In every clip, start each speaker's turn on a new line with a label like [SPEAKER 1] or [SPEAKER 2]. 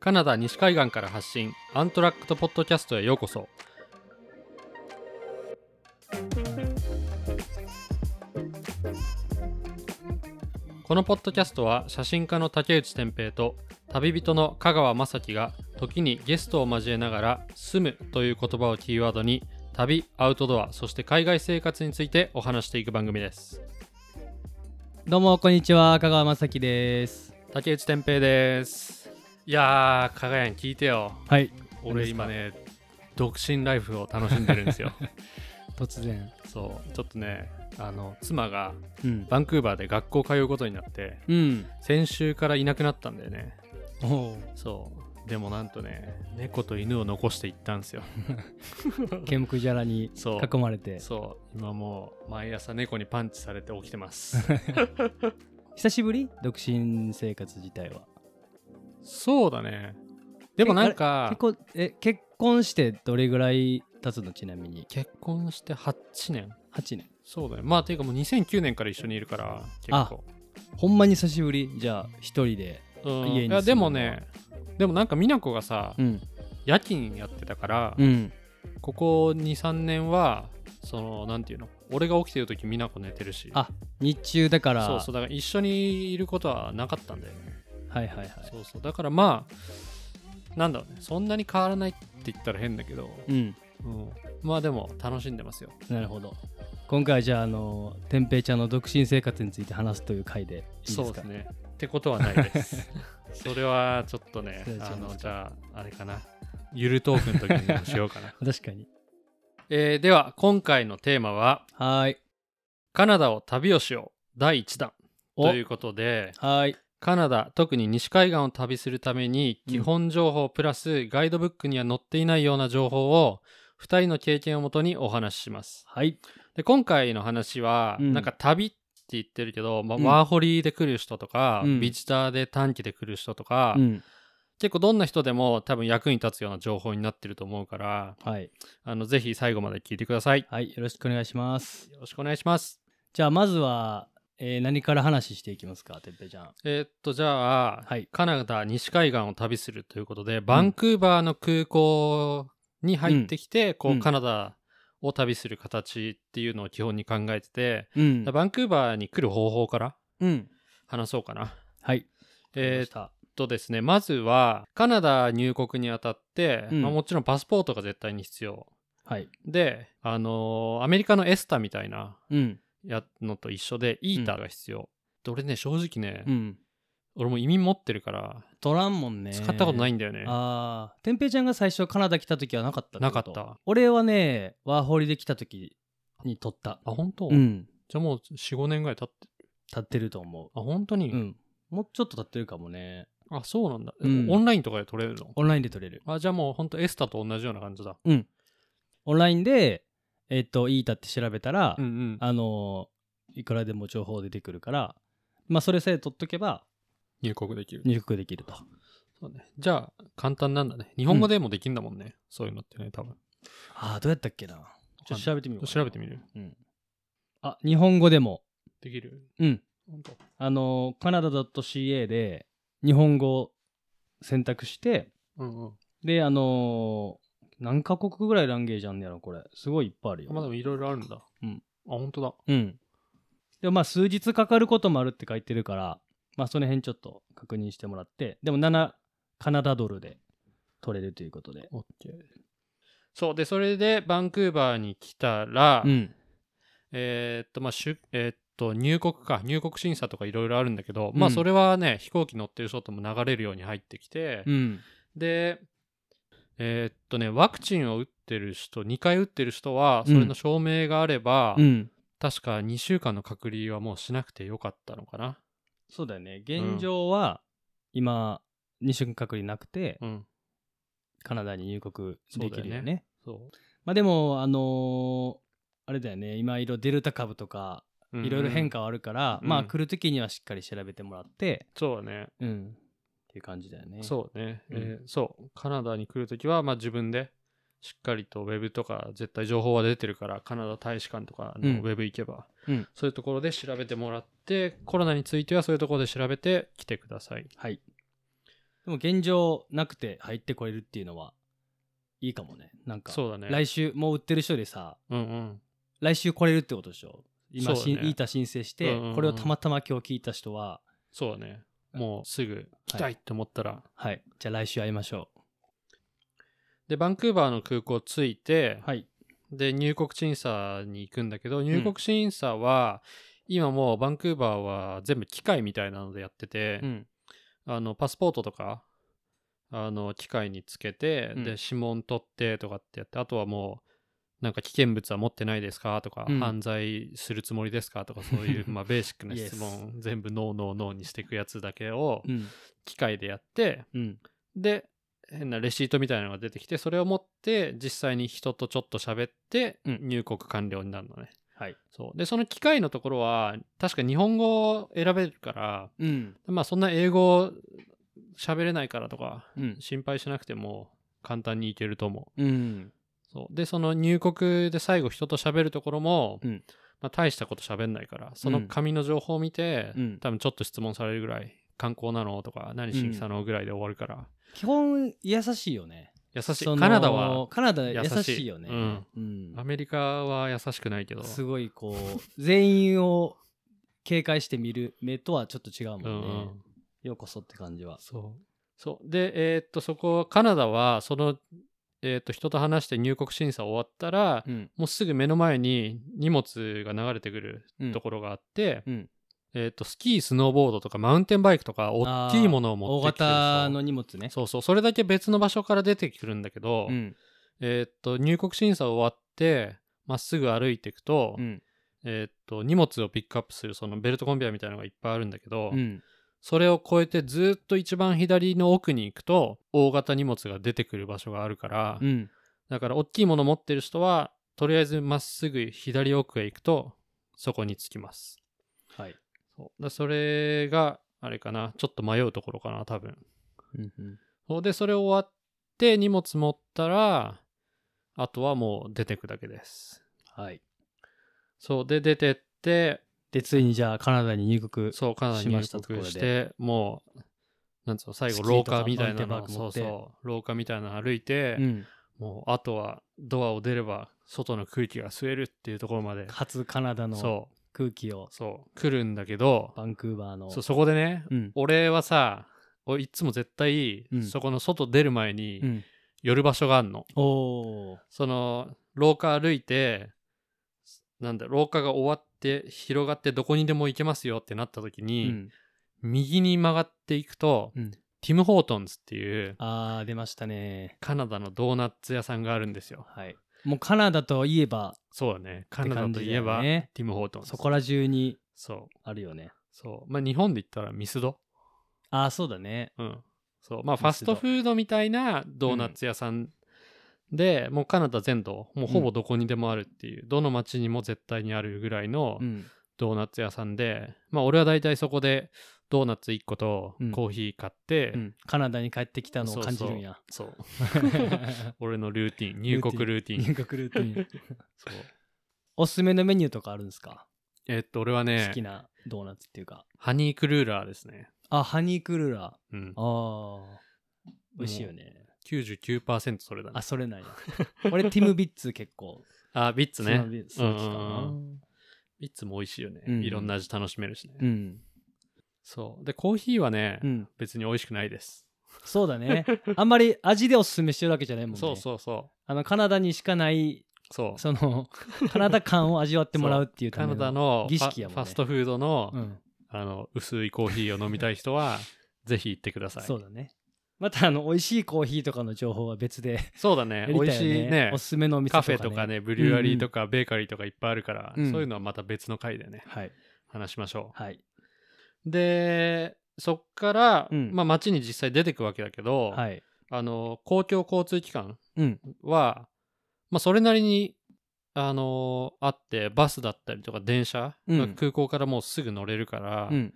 [SPEAKER 1] カナダ西海岸から発信アントラックとポッドキャストへようこそこのポッドキャストは写真家の竹内天平と旅人の香川雅樹が時にゲストを交えながら「住む」という言葉をキーワードに旅アウトドアそして海外生活についてお話していく番組です
[SPEAKER 2] どうもこんにちは香川雅樹です
[SPEAKER 1] 竹内天平ですいやー加賀やん聞いてよ
[SPEAKER 2] はい
[SPEAKER 1] 俺今ね独身ライフを楽しんでるんです よ
[SPEAKER 2] 突然
[SPEAKER 1] そうちょっとねあの妻が
[SPEAKER 2] うん
[SPEAKER 1] バンクーバーで学校通うことになって
[SPEAKER 2] うん
[SPEAKER 1] 先週からいなくなったんだよね
[SPEAKER 2] おお
[SPEAKER 1] そうでもなんとね猫と犬を残していったんですよ
[SPEAKER 2] ケムクジャラに
[SPEAKER 1] そう
[SPEAKER 2] 囲まれて
[SPEAKER 1] そう今もう毎朝猫にパンチされて起きてます
[SPEAKER 2] 久しぶり独身生活自体は
[SPEAKER 1] そうだねでもなんか
[SPEAKER 2] 結婚え結婚してどれぐらい経つのちなみに
[SPEAKER 1] 結婚して8年
[SPEAKER 2] 8年
[SPEAKER 1] そうだねまあていうかもう2009年から一緒にいるから結構
[SPEAKER 2] ほんまに久しぶりじゃあ一人で
[SPEAKER 1] うん
[SPEAKER 2] 家
[SPEAKER 1] い
[SPEAKER 2] に住むのは
[SPEAKER 1] やでもねでもなんか美奈子がさ、
[SPEAKER 2] ん
[SPEAKER 1] 夜勤やってたから、
[SPEAKER 2] うん
[SPEAKER 1] ここ23年はそのなんていうの俺が起きてる時美奈子寝てるし
[SPEAKER 2] あ日中だから
[SPEAKER 1] そうそうだから一緒にいることはなかったんだよね、
[SPEAKER 2] はいはいはい
[SPEAKER 1] そうそうだからまあなんだろうねそんなに変わらないって言ったら変だけど、
[SPEAKER 2] うん
[SPEAKER 1] うんまあでも楽しんでますよ
[SPEAKER 2] なるほど今回はじゃああの天平ちゃんの独身生活について話すという回でいいですか
[SPEAKER 1] そうですねってことはないです それはちょっとね
[SPEAKER 2] それは違
[SPEAKER 1] あ
[SPEAKER 2] いま
[SPEAKER 1] の
[SPEAKER 2] す
[SPEAKER 1] じゃああれかなゆるトークの時にでもしようかな、
[SPEAKER 2] 確かに
[SPEAKER 1] えーでは今回のテーマは
[SPEAKER 2] はーい
[SPEAKER 1] カナダを旅をしよう第1弾
[SPEAKER 2] お
[SPEAKER 1] ということで
[SPEAKER 2] はーい
[SPEAKER 1] カナダ特に西海岸を旅するために
[SPEAKER 2] うん
[SPEAKER 1] 基本情報プラスガイドブックには載っていないような情報を2人の経験をもとにお話しします
[SPEAKER 2] はい
[SPEAKER 1] で今回の話は、
[SPEAKER 2] うん
[SPEAKER 1] なんか旅って言ってるけど、まあ
[SPEAKER 2] うん
[SPEAKER 1] ワーホリで来る人とか、
[SPEAKER 2] うん
[SPEAKER 1] ビジターで短期で来る人とか、
[SPEAKER 2] うん
[SPEAKER 1] 結構どんな人でも多分役に立つような情報になってると思うから
[SPEAKER 2] はい
[SPEAKER 1] あのぜひ最後まで聞いてください
[SPEAKER 2] はいよろしくお願いします
[SPEAKER 1] よろしくお願いします
[SPEAKER 2] じゃあまずは、えー何から話していきますか天平ちゃん
[SPEAKER 1] えーっとじゃあ、
[SPEAKER 2] はい
[SPEAKER 1] カナダ西海岸を旅するということでバンクーバーの空港に入ってきて、こ
[SPEAKER 2] う
[SPEAKER 1] うんカナダを旅する形っていうのを基本に考えてて、
[SPEAKER 2] うん
[SPEAKER 1] バンクーバーに来る方法から
[SPEAKER 2] うん
[SPEAKER 1] 話そうかな。
[SPEAKER 2] はい
[SPEAKER 1] えーっ
[SPEAKER 2] ー、
[SPEAKER 1] とですねまずはカナダ入国にあたって、
[SPEAKER 2] うん
[SPEAKER 1] まあ、もちろんパスポートが絶対に必要
[SPEAKER 2] はい
[SPEAKER 1] で、あのーアメリカのエスタみたいな
[SPEAKER 2] うん
[SPEAKER 1] やのと一緒でイーターが必要、で俺ね正直ね、
[SPEAKER 2] うん
[SPEAKER 1] 俺も移民持ってるから
[SPEAKER 2] 取らんもんね
[SPEAKER 1] 使ったことないいんだよね、
[SPEAKER 2] あー天平ちゃんが最初カナダ来た時はなかったてこと
[SPEAKER 1] なかった
[SPEAKER 2] 俺はねワーホリで来た時に取った
[SPEAKER 1] あ本当、
[SPEAKER 2] うん
[SPEAKER 1] じゃあもう45年ぐらい経って
[SPEAKER 2] 立ってると思
[SPEAKER 1] あ本当に、
[SPEAKER 2] ううんもうちょっと経ってるかもね
[SPEAKER 1] あそうなんだ、
[SPEAKER 2] うん
[SPEAKER 1] オンラインとかで取れるの
[SPEAKER 2] オンラインで取れる
[SPEAKER 1] あじゃあもう本当エスタと同じような感じだ
[SPEAKER 2] オンラインでえっ、とイータって調べたら、
[SPEAKER 1] うんうん
[SPEAKER 2] あのーいくらでも情報出てくるからまあそれさえ取っとけば
[SPEAKER 1] 入国できる
[SPEAKER 2] 入国できると
[SPEAKER 1] そう、ね、じゃあ簡単なんだね日本語でもできるんだもんね、そういうのってね多分
[SPEAKER 2] ああどうやったっけなちょっと調べてみようかな
[SPEAKER 1] 調べてみる
[SPEAKER 2] うん、あ日本語でも
[SPEAKER 1] できる
[SPEAKER 2] うん
[SPEAKER 1] 本当
[SPEAKER 2] あのカナダ .ca で日本語を選択して
[SPEAKER 1] うんうん
[SPEAKER 2] であのー何カ国ぐらいランゲージあんねやろこれすごいいっぱいあるよ、
[SPEAKER 1] まあでもいろいろあるんだ
[SPEAKER 2] うん
[SPEAKER 1] あ本当だ
[SPEAKER 2] うんでもまあ数日かかることもあるって書いてるからまあその辺ちょっと確認してもらってでも7カナダドルで取れるということで
[SPEAKER 1] オッケーそうでそれでバンクーバーに来たら、
[SPEAKER 2] うん
[SPEAKER 1] えーっとまあしゅえーっと入国か入国審査とかいろいろあるんだけど、
[SPEAKER 2] うん
[SPEAKER 1] まあそれはね飛行機乗ってる人とも流れるように入ってきて、
[SPEAKER 2] うん
[SPEAKER 1] でえーっとねワクチンを打ってる人2回打ってる人は
[SPEAKER 2] う
[SPEAKER 1] そ
[SPEAKER 2] ん
[SPEAKER 1] れの証明があれば、
[SPEAKER 2] うん
[SPEAKER 1] 確か2週間の隔離はもうしなくてよかったのかな
[SPEAKER 2] そうだよね現状は今2週間隔離なくて
[SPEAKER 1] うん
[SPEAKER 2] カナダに入国できる
[SPEAKER 1] そうだよ
[SPEAKER 2] よ
[SPEAKER 1] ね
[SPEAKER 2] ね
[SPEAKER 1] そ
[SPEAKER 2] まあでもあのーあれだよね今いろデルタ株とか
[SPEAKER 1] う
[SPEAKER 2] いろいろ変
[SPEAKER 1] 化
[SPEAKER 2] 化はあるから、
[SPEAKER 1] うん
[SPEAKER 2] まあ来る時にはしっかり調べてもらって
[SPEAKER 1] そうだね
[SPEAKER 2] うんっていう感じだよね
[SPEAKER 1] そうね、
[SPEAKER 2] うん
[SPEAKER 1] えーそうカナダに来るときは、まあ、自分でしっかりとウェブとか絶対情報は出てるからカナダ大使館とか
[SPEAKER 2] うん
[SPEAKER 1] のウェブ行けば、
[SPEAKER 2] うん
[SPEAKER 1] そういうところで調べてもらってコロナについてはそういうところで調べて来てください
[SPEAKER 2] はいでも現状なくて入ってこれるっていうのはいいかもねなんか
[SPEAKER 1] そうだね。
[SPEAKER 2] 来週もう売ってる人よりさ
[SPEAKER 1] うんうん。
[SPEAKER 2] 来週来れるってことでしょ今、
[SPEAKER 1] そうだね
[SPEAKER 2] しイータ申請して、
[SPEAKER 1] うんうんうん
[SPEAKER 2] これをたまたま今日聞いた人は
[SPEAKER 1] そうだね。もうすぐ来たいって思ったら。
[SPEAKER 2] はいじゃあ来週会いましょ
[SPEAKER 1] で、バンクーバーの空港着いて
[SPEAKER 2] う、はい
[SPEAKER 1] で、入国審査に行くんだけど、入国審査は、今もうバンクーバーは全部機械みたいなのでやってて、
[SPEAKER 2] うん
[SPEAKER 1] あのパスポートとかあの機械につけて、
[SPEAKER 2] うん
[SPEAKER 1] で指紋取ってとかってやってあとはもうなんか危険物は持ってないですかとか、
[SPEAKER 2] うん
[SPEAKER 1] 犯罪するつもりですかとかそう いうまあベーシックな質
[SPEAKER 2] Yes
[SPEAKER 1] 問全部ノーノーノーにしていくやつだけを
[SPEAKER 2] うん
[SPEAKER 1] 機械でやって
[SPEAKER 2] うん
[SPEAKER 1] で変なレシートみたいなのが出てきてそれを持って実際に人とちょっと喋って
[SPEAKER 2] うん
[SPEAKER 1] 入国完了になるのね、
[SPEAKER 2] はい
[SPEAKER 1] そうでその機械のところは確か日本語を選べるから
[SPEAKER 2] うん
[SPEAKER 1] まあそんな英語喋れないからとか
[SPEAKER 2] うん
[SPEAKER 1] 心配しなくても簡単にいけると思
[SPEAKER 2] うん
[SPEAKER 1] う。そうでその入国で最後人と喋るところも、
[SPEAKER 2] うん
[SPEAKER 1] まあ、大したこと喋んないからその紙の情報を見て、
[SPEAKER 2] うん
[SPEAKER 1] 多分ちょっと質問されるぐらい観光なのとか何しに来たのぐらいで終わるから、
[SPEAKER 2] 基本優しいよね
[SPEAKER 1] 優しい
[SPEAKER 2] その
[SPEAKER 1] カナダは
[SPEAKER 2] カナダ優
[SPEAKER 1] 優し
[SPEAKER 2] し
[SPEAKER 1] い
[SPEAKER 2] いよね
[SPEAKER 1] うん
[SPEAKER 2] うん
[SPEAKER 1] アメリカは優しくないけど
[SPEAKER 2] すごいこう全員を警戒して見る目とはちょっと違うもんね、
[SPEAKER 1] うんうん
[SPEAKER 2] ようこそって感じは
[SPEAKER 1] そうそうでえーっとそこカナダはその、えーっと人と話して入国審査終わったら、
[SPEAKER 2] うん
[SPEAKER 1] もうすぐ目の前に荷物が流れてくる
[SPEAKER 2] うん
[SPEAKER 1] ところがあって、
[SPEAKER 2] うん
[SPEAKER 1] えー、とスキースノーボードとかマウンテンバイクとか大きいものを持
[SPEAKER 2] 大
[SPEAKER 1] ってきてる
[SPEAKER 2] 型の荷物ね
[SPEAKER 1] そうそうそうそれだけ別の場所から出てくるんだけど、
[SPEAKER 2] ん
[SPEAKER 1] えー、と入国審査終わってまっすぐ歩いていくと,、
[SPEAKER 2] うん
[SPEAKER 1] えー、と荷物をピックアップするそのベルトコンベヤーみたいなのがいっぱいあるんだけど、
[SPEAKER 2] うん
[SPEAKER 1] それを越えてずっと一番左の奥に行くと大型荷物が出てくる場所があるから、
[SPEAKER 2] うん
[SPEAKER 1] だから大きいもの持ってる人はとりあえずまっすぐ左奥へ行くとそこに着きます
[SPEAKER 2] はい、
[SPEAKER 1] そうだそれがあれかなちょっと迷うところかな多分
[SPEAKER 2] うんうん
[SPEAKER 1] そうでそれ終わって荷物持ったらあとはもう出てくだけです
[SPEAKER 2] はい、
[SPEAKER 1] そうで出てって
[SPEAKER 2] でついにじゃあカナダに入国
[SPEAKER 1] そうかなり
[SPEAKER 2] し
[SPEAKER 1] 入
[SPEAKER 2] ましたところ
[SPEAKER 1] 国
[SPEAKER 2] で
[SPEAKER 1] してもうなんつうの最後
[SPEAKER 2] スキー
[SPEAKER 1] 廊
[SPEAKER 2] とか
[SPEAKER 1] 下みたいな
[SPEAKER 2] マウ
[SPEAKER 1] の
[SPEAKER 2] ンテンバイク
[SPEAKER 1] そ
[SPEAKER 2] 持
[SPEAKER 1] う
[SPEAKER 2] って
[SPEAKER 1] そう廊下みたいなの歩いて、
[SPEAKER 2] うん、
[SPEAKER 1] もうあとはドアを出れば外の空気が吸えるっていうところまで
[SPEAKER 2] 初カナダの
[SPEAKER 1] そう
[SPEAKER 2] 空気を
[SPEAKER 1] そう来るんだけど
[SPEAKER 2] バンクーバーの
[SPEAKER 1] そうそこでね、
[SPEAKER 2] うん
[SPEAKER 1] 俺はさ俺いつも絶対、
[SPEAKER 2] うん
[SPEAKER 1] そこの外出る前に、
[SPEAKER 2] うん、
[SPEAKER 1] 寄る場所があるの
[SPEAKER 2] おお
[SPEAKER 1] その廊下歩いてなんだ廊下が終わって広がってどこにでも行けますよってなった時
[SPEAKER 2] ー、
[SPEAKER 1] に、
[SPEAKER 2] うん
[SPEAKER 1] 右に曲がっていくと、
[SPEAKER 2] うん
[SPEAKER 1] ティム・ホートンズっていう
[SPEAKER 2] あー出ましたね
[SPEAKER 1] カナダのドーナツ屋さんがあるんですよ
[SPEAKER 2] はいもうカナダといえば
[SPEAKER 1] そうだねカ
[SPEAKER 2] って
[SPEAKER 1] ナダ
[SPEAKER 2] 感
[SPEAKER 1] と
[SPEAKER 2] じ
[SPEAKER 1] い
[SPEAKER 2] だ
[SPEAKER 1] え
[SPEAKER 2] よ
[SPEAKER 1] ば、
[SPEAKER 2] ね
[SPEAKER 1] ティム・ホートンズ
[SPEAKER 2] そこら中に
[SPEAKER 1] そう
[SPEAKER 2] あるよね
[SPEAKER 1] そうまあ日本で言ったらミスド
[SPEAKER 2] ああそうだね
[SPEAKER 1] うん。そう。まあ、
[SPEAKER 2] ミス
[SPEAKER 1] フ
[SPEAKER 2] ド
[SPEAKER 1] ァストフードみたいなドーナツ屋さんで、もうカナダ全土、もうほぼどこにでもあるっていう、どの町にも絶対にあるぐらいの
[SPEAKER 2] うん
[SPEAKER 1] ドーナツ屋さんで、まあ、俺は大体そこでドーナツ1個と
[SPEAKER 2] うん
[SPEAKER 1] コーヒー買って、
[SPEAKER 2] カナダに帰ってきたのを感じるん や。
[SPEAKER 1] そうそう。そう俺のルーティン、入国ルー ティン。
[SPEAKER 2] 入国ルーティン。
[SPEAKER 1] そう
[SPEAKER 2] おすすめのメニューとかあるんですか、
[SPEAKER 1] えっと、俺はね
[SPEAKER 2] 好き、なドーナツっていうか。
[SPEAKER 1] ハニークルーラーですね。
[SPEAKER 2] あ、ハニークルーラ
[SPEAKER 1] うん
[SPEAKER 2] ー。。ああ。美味しいよね。
[SPEAKER 1] 99%それだね
[SPEAKER 2] あ、。それなん や。俺、ティムビッツ結構。
[SPEAKER 1] あ、ビッツね。
[SPEAKER 2] その好きかな。
[SPEAKER 1] ビッツも美味しいよね。
[SPEAKER 2] うん
[SPEAKER 1] いろんな味楽しめるしね。
[SPEAKER 2] うん。
[SPEAKER 1] そう。で、コーヒーはね、
[SPEAKER 2] うん。
[SPEAKER 1] 別に美味しくないです。
[SPEAKER 2] そうだね。あんまり味でおすすめしてるわけじゃないもんね。
[SPEAKER 1] そうそうそ
[SPEAKER 2] あの、カナダにしかな
[SPEAKER 1] う。
[SPEAKER 2] い、
[SPEAKER 1] そう。
[SPEAKER 2] その、カナダ感を味わってもらうっていうた
[SPEAKER 1] カ
[SPEAKER 2] め
[SPEAKER 1] ナダの
[SPEAKER 2] の。
[SPEAKER 1] フ
[SPEAKER 2] 儀
[SPEAKER 1] ァ,、
[SPEAKER 2] 式やもんね
[SPEAKER 1] ファストフードの,、
[SPEAKER 2] うん。
[SPEAKER 1] あの薄いコーヒーを飲みたい人 は、ぜひ行ってください。
[SPEAKER 2] そうだね。また、あの、美味しいコーヒーとかの情報は別で。
[SPEAKER 1] そうだね。
[SPEAKER 2] やり
[SPEAKER 1] 美
[SPEAKER 2] た
[SPEAKER 1] 味
[SPEAKER 2] よ
[SPEAKER 1] しいね
[SPEAKER 2] おすすめのお店
[SPEAKER 1] カフェとかね、ブリュアリーとかベーカリーとかいっぱいあるから、
[SPEAKER 2] うん
[SPEAKER 1] そういうのはまた別の回でね、
[SPEAKER 2] はい
[SPEAKER 1] 話しましょ
[SPEAKER 2] はい、
[SPEAKER 1] う。で、そっから、
[SPEAKER 2] うん
[SPEAKER 1] まあ街に実際出てくわけだけど、
[SPEAKER 2] はい、
[SPEAKER 1] あの、公共交通機関
[SPEAKER 2] うん
[SPEAKER 1] は、まあ、それなりに、あのーあってバスだったりとか電車、
[SPEAKER 2] うん
[SPEAKER 1] まあ空港からもうすぐ乗れるから、
[SPEAKER 2] うん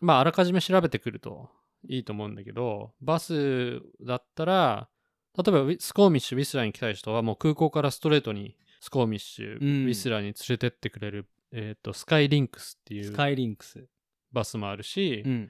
[SPEAKER 1] まあ、あらかじめ調べてくるといいと思うんだけどバスだったら例えばウィスコーミッシュウィスラーに来たい人はもう空港からストレートにスコーミッシュ、
[SPEAKER 2] うん
[SPEAKER 1] ウィスラーに連れてってくれる、えー、とスカイリンクスっていう
[SPEAKER 2] スカイリンクス、
[SPEAKER 1] バスもあるし、
[SPEAKER 2] ん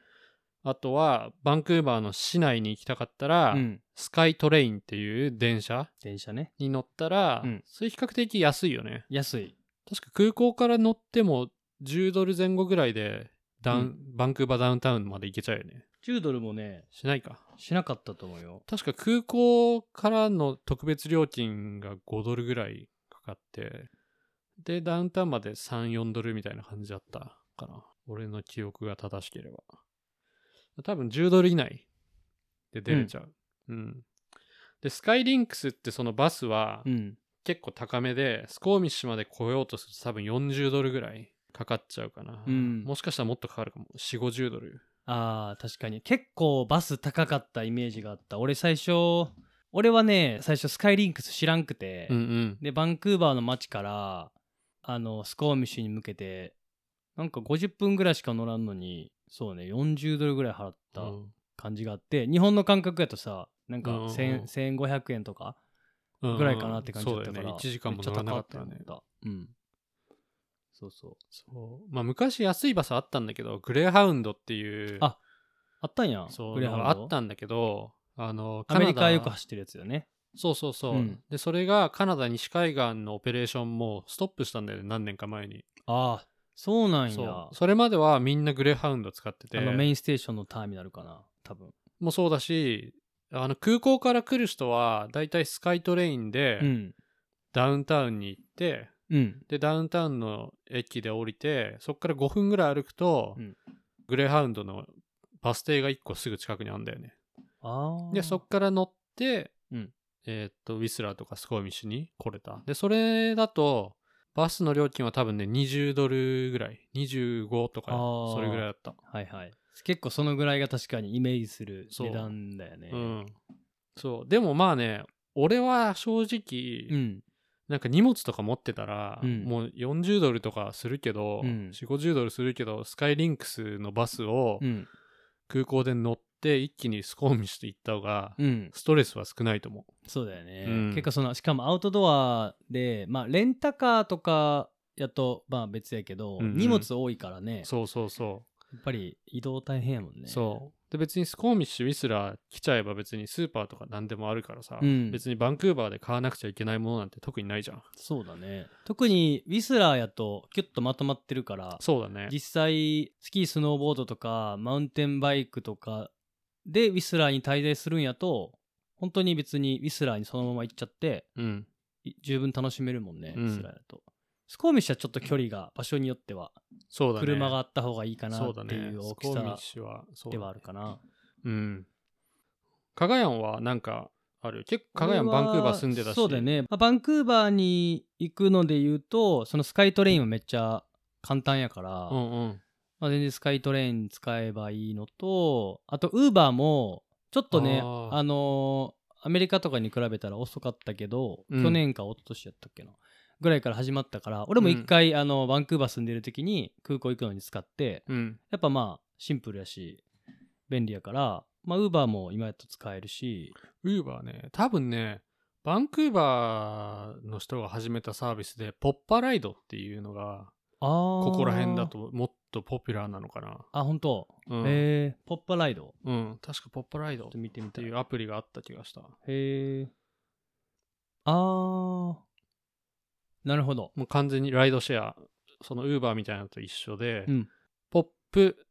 [SPEAKER 1] あとはバンクーバーの市内に行きたかったら、
[SPEAKER 2] うん
[SPEAKER 1] スカイトレインっていう電車
[SPEAKER 2] 電車ね
[SPEAKER 1] に乗ったら、
[SPEAKER 2] うん
[SPEAKER 1] それ比較的安いよね
[SPEAKER 2] 安い
[SPEAKER 1] 確か空港から乗っても10ドル前後ぐらいでダウン、バンクーバーダウンタウンまで行けちゃうよね
[SPEAKER 2] 10ドルもね
[SPEAKER 1] しないか
[SPEAKER 2] しなかったと思うよ
[SPEAKER 1] 確か空港からの特別料金が5ドルぐらいかかってでダウンタウンまで34ドルみたいな感じだったかな俺の記憶が正しければ多分10ドル以内で出れちゃううん、でスカイリンクスってそのバスは
[SPEAKER 2] うん
[SPEAKER 1] 結構高めでスコーミッシュまで来ようとすると多分40ドルぐらいかかっちゃうかな、
[SPEAKER 2] うん
[SPEAKER 1] もしかしたらもっとかかるかも4 5 0ドル
[SPEAKER 2] あー確かに結構バス高かったイメージがあった俺最初俺はね最初スカイリンクス知らんくて、
[SPEAKER 1] うんうん
[SPEAKER 2] でバンクーバーの街からあのスコーミッシュに向けてなんか50分ぐらいしか乗らんのにそうね40ドルぐらい払った
[SPEAKER 1] うん
[SPEAKER 2] 感じがあって、日本の感覚やとさなんか
[SPEAKER 1] うんうんうん
[SPEAKER 2] 1000 1500円とか
[SPEAKER 1] うん
[SPEAKER 2] ぐらいかなって感じだった
[SPEAKER 1] そう
[SPEAKER 2] か
[SPEAKER 1] だ
[SPEAKER 2] ら、
[SPEAKER 1] よね1時間も
[SPEAKER 2] めっち
[SPEAKER 1] 乗
[SPEAKER 2] ゃ
[SPEAKER 1] らなか
[SPEAKER 2] 高
[SPEAKER 1] ったよね
[SPEAKER 2] て思ったうんそうそう
[SPEAKER 1] そうまあ昔安いバスあったんだけどグレーハウンドっていう
[SPEAKER 2] ああったんや
[SPEAKER 1] そう
[SPEAKER 2] グレーハ
[SPEAKER 1] のがあ
[SPEAKER 2] ウンド
[SPEAKER 1] ったんだけどあの
[SPEAKER 2] アメリカよ
[SPEAKER 1] カナ
[SPEAKER 2] く
[SPEAKER 1] ダ
[SPEAKER 2] 走ってるやつよね
[SPEAKER 1] そうそうそう、
[SPEAKER 2] うん
[SPEAKER 1] でそれがカナダ西海岸のオペレーションもストップしたんだよね何年か前に
[SPEAKER 2] ああそうなんや
[SPEAKER 1] そうそれまではみんなグレーハウンド使ってて
[SPEAKER 2] あのメインステーションのターミナルかな多分
[SPEAKER 1] もそうだしあの空港から来る人はだいたいスカイトレインで
[SPEAKER 2] うん
[SPEAKER 1] ダウンタウンに行って、
[SPEAKER 2] うん
[SPEAKER 1] でダウンタウンの駅で降りてそこから5分ぐらい歩くと、
[SPEAKER 2] うん
[SPEAKER 1] グレーハウンドのバス停が1個すぐ近くにあるんだよね
[SPEAKER 2] ああ
[SPEAKER 1] でそっから乗って、
[SPEAKER 2] うん
[SPEAKER 1] えーっとウィスラーとかスコーミッシュに来れたでそれだとバスの料金は多分ね20ドルぐらい25とか
[SPEAKER 2] あー
[SPEAKER 1] それぐらいだった、
[SPEAKER 2] はいはい結構そのぐらいが確かにイメージする
[SPEAKER 1] そう
[SPEAKER 2] 値段だよね
[SPEAKER 1] うんそうでもまあね俺は正直、
[SPEAKER 2] うん
[SPEAKER 1] なんか荷物とか持ってたら、
[SPEAKER 2] うん
[SPEAKER 1] もう40ドルとかするけど、
[SPEAKER 2] うん
[SPEAKER 1] 4 5 0ドルするけどスカイリンクスのバスを
[SPEAKER 2] うん
[SPEAKER 1] 空港で乗って一気にスコーミッシュと行った方が
[SPEAKER 2] うん
[SPEAKER 1] ストレスは少ないと思
[SPEAKER 2] そうだよね、
[SPEAKER 1] うん
[SPEAKER 2] 結構そのしかもアウトドアでまあレンタカーとかやとまあ別やけど、
[SPEAKER 1] うんうん
[SPEAKER 2] 荷物多いからね
[SPEAKER 1] うそうそうそう
[SPEAKER 2] やっぱり移動大変やもんね
[SPEAKER 1] そうで別にスコーミッシュウィスラー来ちゃえば別にスーパーとか何でもあるからさ、
[SPEAKER 2] うん
[SPEAKER 1] 別にバンクーバーで買わなくちゃいけないものなんて特にないじゃん
[SPEAKER 2] そうだね特にウィスラーやとキュッとまとまってるから
[SPEAKER 1] そうだね
[SPEAKER 2] 実際スキースノーボードとかマウンテンバイクとかでウィスラーに滞在するんやと本当に別にウィスラーにそのまま行っちゃって
[SPEAKER 1] うん
[SPEAKER 2] い十分楽しめるもんね、
[SPEAKER 1] うん
[SPEAKER 2] ウィスラーだとスコーミッシュはちょっと距離が場所によっては
[SPEAKER 1] そうだね
[SPEAKER 2] 車があった方がいいかな
[SPEAKER 1] そう
[SPEAKER 2] っ
[SPEAKER 1] だ
[SPEAKER 2] てい
[SPEAKER 1] ね
[SPEAKER 2] う
[SPEAKER 1] ス
[SPEAKER 2] 大
[SPEAKER 1] コ
[SPEAKER 2] き
[SPEAKER 1] ーミッ
[SPEAKER 2] さ
[SPEAKER 1] シュはそうだね
[SPEAKER 2] ではあるかな、
[SPEAKER 1] うん加賀屋はなんかある結構加賀屋バンクーバー住んでたし
[SPEAKER 2] そうだよね、まあバンクーバーに行くので言うとそのスカイトレインはめっちゃ簡単やから、
[SPEAKER 1] うんうん
[SPEAKER 2] まあ、全然スカイトレイン使えばいいのとあとウーバーもちょっとね
[SPEAKER 1] あー
[SPEAKER 2] あのーアメリカとかに比べたら遅かったけど、
[SPEAKER 1] うん
[SPEAKER 2] 去年か一昨年やったっけなぐらいから始まったから俺も一回、あのバンクーバー住んでる時に空港行くのに使って
[SPEAKER 1] うん
[SPEAKER 2] やっぱまあシンプルやし便利やからまあウーバーも今やっと使えるし
[SPEAKER 1] ウーバーね多分ねバンクーバーの人が始めたサービスでポッパライドっていうのが
[SPEAKER 2] こ
[SPEAKER 1] ここら辺だともっとポピュラーなのかな
[SPEAKER 2] あ本当、
[SPEAKER 1] うん
[SPEAKER 2] えー、ポッパライド
[SPEAKER 1] うん、確かポップライドっ
[SPEAKER 2] 見てみ
[SPEAKER 1] て
[SPEAKER 2] たい
[SPEAKER 1] いうアプリがあった気がした。も
[SPEAKER 2] へえあーなるほど
[SPEAKER 1] う完全にライドシェア、そのウーバーみたいなのと一緒で、
[SPEAKER 2] うん
[SPEAKER 1] ポップ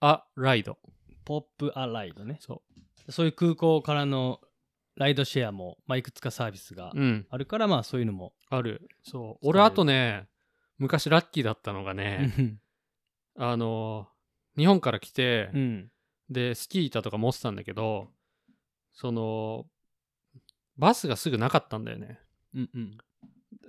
[SPEAKER 1] アライド。
[SPEAKER 2] ポップアライドね
[SPEAKER 1] そ
[SPEAKER 2] そういう空港からのライドシェアも、まあ、いくつかサービスが
[SPEAKER 1] う。うん、
[SPEAKER 2] あるから、まあそういうのも、
[SPEAKER 1] ある。そう。
[SPEAKER 2] 使え
[SPEAKER 1] 俺、
[SPEAKER 2] る
[SPEAKER 1] あとね、昔ラッキーだったのがね、あの、日本から来て、
[SPEAKER 2] うん
[SPEAKER 1] で、スキー板とか持ってたんだけど、その、バスがすぐなかったんだよね。
[SPEAKER 2] うんうん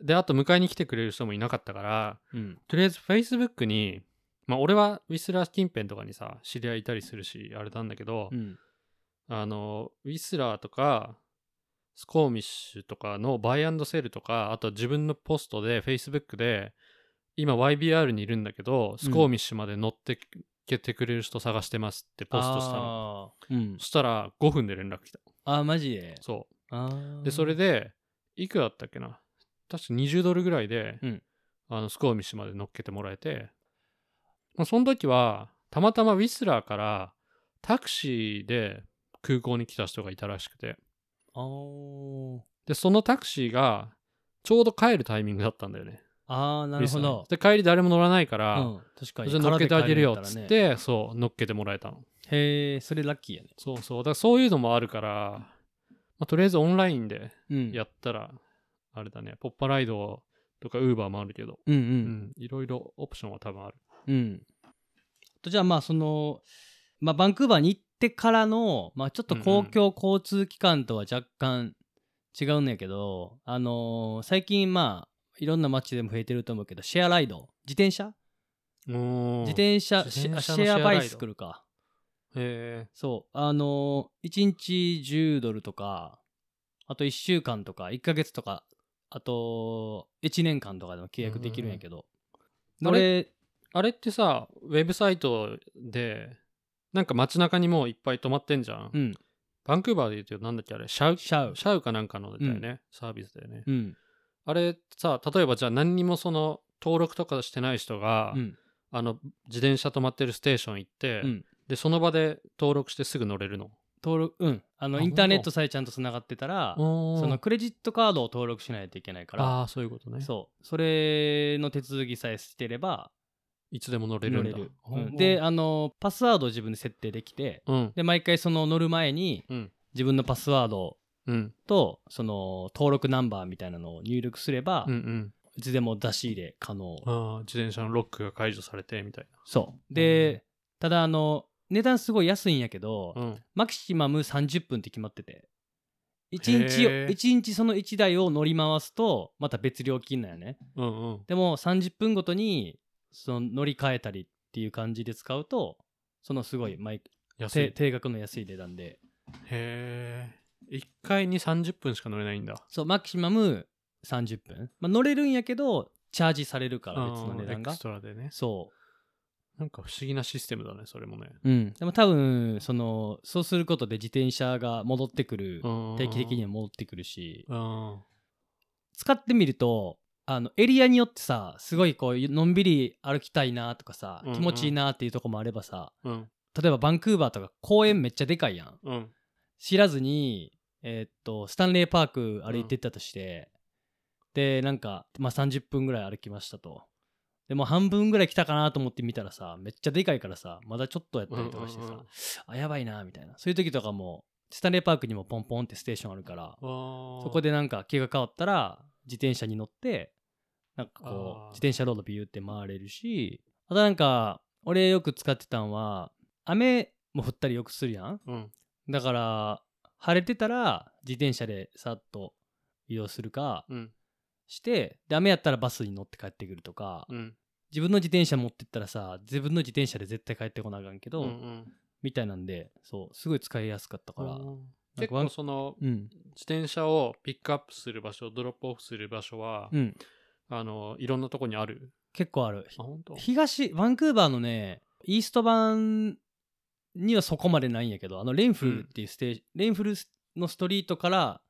[SPEAKER 1] で、あと迎えに来てくれる人もいなかったから、
[SPEAKER 2] うん
[SPEAKER 1] とりあえず Facebook に、まあ、俺はウィスラー近辺とかにさ知り合いいたりするしあれなんだけど、
[SPEAKER 2] うん
[SPEAKER 1] あのウィスラーとかスコーミッシュとかのバイアンドセールとかあと自分のポストで Facebook で今 YBR にいるんだけどスコーミッシュまで乗ってけてくれる人探してますってポストしたの
[SPEAKER 2] あーうん
[SPEAKER 1] そしたら5分で連絡来た
[SPEAKER 2] あーマジで
[SPEAKER 1] そ
[SPEAKER 2] あ
[SPEAKER 1] う
[SPEAKER 2] ー
[SPEAKER 1] でそれでいくらだったっけな確か20ドルぐらいで、
[SPEAKER 2] うん
[SPEAKER 1] あのスコーミッシュまで乗っけてもらえて、まあ、その時はたまたまウィスラーからタクシーで空港に来た人がいたらしくて
[SPEAKER 2] あー
[SPEAKER 1] でそのタクシーがちょうど帰るタイミングだったんだよね
[SPEAKER 2] あーなるほど、
[SPEAKER 1] で帰り誰も乗らないか
[SPEAKER 2] う
[SPEAKER 1] ら、
[SPEAKER 2] ん、確か
[SPEAKER 1] じゃ
[SPEAKER 2] に
[SPEAKER 1] あ乗っけてあげるよっつっ
[SPEAKER 2] 空手会だたらね
[SPEAKER 1] て、そう乗っけてもらえたの
[SPEAKER 2] へえそれラッキーやね
[SPEAKER 1] そうそうだからそういうのもあるから、まあ、とりあえずオンラインで
[SPEAKER 2] うん
[SPEAKER 1] やったら、あれだねポッパライドとかウーバーもあるけど
[SPEAKER 2] うんう
[SPEAKER 1] うんんいろいろオプションは多分ある
[SPEAKER 2] うん、あとじゃあまあその、まあ、バンクーバーに行ってからの、まあ、ちょっと公共交通機関とは若干違うんやけど、あのー最近まあいろんな街でも増えてると思うけどシェアライド自転車自
[SPEAKER 1] 自
[SPEAKER 2] 転車
[SPEAKER 1] 自
[SPEAKER 2] シェ
[SPEAKER 1] 転車
[SPEAKER 2] シ
[SPEAKER 1] のシェア
[SPEAKER 2] ェアバイス
[SPEAKER 1] ライ
[SPEAKER 2] ク
[SPEAKER 1] ド
[SPEAKER 2] ルか
[SPEAKER 1] へ
[SPEAKER 2] そうあの1日10ドルとかあと1週間とか1ヶ月とかあと1年間とかでも契約できるんやけど、
[SPEAKER 1] うん
[SPEAKER 2] 俺
[SPEAKER 1] ああれってさウェブサイトでなんか街中にもういっぱい泊まってんじゃん、
[SPEAKER 2] うん
[SPEAKER 1] バンクーバーで言うとなんだっけあれシャウ
[SPEAKER 2] シャウ
[SPEAKER 1] シャウかなんかのだよね、サービスだよね、
[SPEAKER 2] うん
[SPEAKER 1] あれさ例えばじゃあ何にもその登録とかしてない人が、
[SPEAKER 2] うん
[SPEAKER 1] あの自転車止まってるステーション行って、
[SPEAKER 2] うん
[SPEAKER 1] でその場で登録してすぐ乗れるの
[SPEAKER 2] 登録うんあの
[SPEAKER 1] あ
[SPEAKER 2] インターネッ
[SPEAKER 1] ほんと
[SPEAKER 2] トさえちゃんとつながってたら
[SPEAKER 1] そ
[SPEAKER 2] そのクレジットカードを登録しないといけないから
[SPEAKER 1] ああそういうことね
[SPEAKER 2] そうそれの手続きさえしてれば
[SPEAKER 1] いつでも乗れ
[SPEAKER 2] 乗
[SPEAKER 1] るん
[SPEAKER 2] れ
[SPEAKER 1] だ
[SPEAKER 2] る、
[SPEAKER 1] ほん
[SPEAKER 2] う
[SPEAKER 1] ほ
[SPEAKER 2] ん
[SPEAKER 1] ん
[SPEAKER 2] であのパスワードを自分で設定できて
[SPEAKER 1] うん
[SPEAKER 2] で毎回その乗る前に
[SPEAKER 1] うん
[SPEAKER 2] 自分のパスワードを
[SPEAKER 1] うん
[SPEAKER 2] とその登録ナンバーみたいなのを入力すれば、
[SPEAKER 1] うんうん
[SPEAKER 2] いつでも出し入れ可能、
[SPEAKER 1] ああ自転車のロックが解除されてみたい
[SPEAKER 2] そうで、ただあの値段すごい安いんやけど、
[SPEAKER 1] なうん
[SPEAKER 2] マキシマム30分って決まってて
[SPEAKER 1] へ
[SPEAKER 2] 1日
[SPEAKER 1] ー
[SPEAKER 2] を一日その1台を乗り回すとまた別料金なんよね
[SPEAKER 1] うんうん
[SPEAKER 2] でも30分ごとにその乗り換えたりっていう感じで使うとそのすごい毎
[SPEAKER 1] 安い
[SPEAKER 2] 定定額の安い値段で
[SPEAKER 1] へえ1回に30分しか乗れないんだ
[SPEAKER 2] そうマキシマム30分、まあ、乗れるんやけどチャージされるから別の
[SPEAKER 1] あー
[SPEAKER 2] 値段
[SPEAKER 1] エ
[SPEAKER 2] が
[SPEAKER 1] クストラでね
[SPEAKER 2] そ
[SPEAKER 1] なんか不思議なシステムだねそれもね
[SPEAKER 2] う、うん、でも多分そのそうすることで自転車が戻ってくる定期的には戻ってくるし
[SPEAKER 1] うん
[SPEAKER 2] 使ってみるとあのエリアによってさすごいこうのんびり歩きたいなとかさ
[SPEAKER 1] うんうん
[SPEAKER 2] 気持ちいいなっていうとこもあればさ、
[SPEAKER 1] うん
[SPEAKER 2] 例えばバンクーバーとか公園めっちゃでかいやん
[SPEAKER 1] うん
[SPEAKER 2] 知らずにえーっとスタンレーパーク歩いてったとして、でなんか、まあ、30分ぐらい歩きましたとでもう半分ぐらい来たかなと思って見たらさめっちゃでかいからさまだちょっとやったりとかしてさ、
[SPEAKER 1] うんうんうん
[SPEAKER 2] あやばいなみたいなそういう時とかもスタンレーパークにもポンポンってステーションあるからそ
[SPEAKER 1] そ
[SPEAKER 2] こでなんか気が変わったら自転車に乗ってなんかこ
[SPEAKER 1] あー
[SPEAKER 2] う自転車ロードビューって回れるしあとなんか俺よく使ってたんは雨も降ったりよくするやん
[SPEAKER 1] うん
[SPEAKER 2] だから晴れてたら自転車でさっと移動するか
[SPEAKER 1] うん
[SPEAKER 2] してで雨やったらバスに乗って帰ってくるとか
[SPEAKER 1] うん
[SPEAKER 2] 自分の自転車持ってったらさ自分の自転車で絶対帰ってこなあかんけど、
[SPEAKER 1] うんうん
[SPEAKER 2] みたいなんでそうすごい使いやすかったから
[SPEAKER 1] うん
[SPEAKER 2] なん
[SPEAKER 1] 結
[SPEAKER 2] かワン
[SPEAKER 1] 構その
[SPEAKER 2] うん
[SPEAKER 1] 自転車をピックアップする場所ドロップオフする場所は、
[SPEAKER 2] うん
[SPEAKER 1] あのいろんなとこにある
[SPEAKER 2] 結構ある
[SPEAKER 1] あ本当
[SPEAKER 2] 東バンクーバーのねイースト版にはそこまでないんやけどあのレインフルっていうステージ、レインフルのストリートから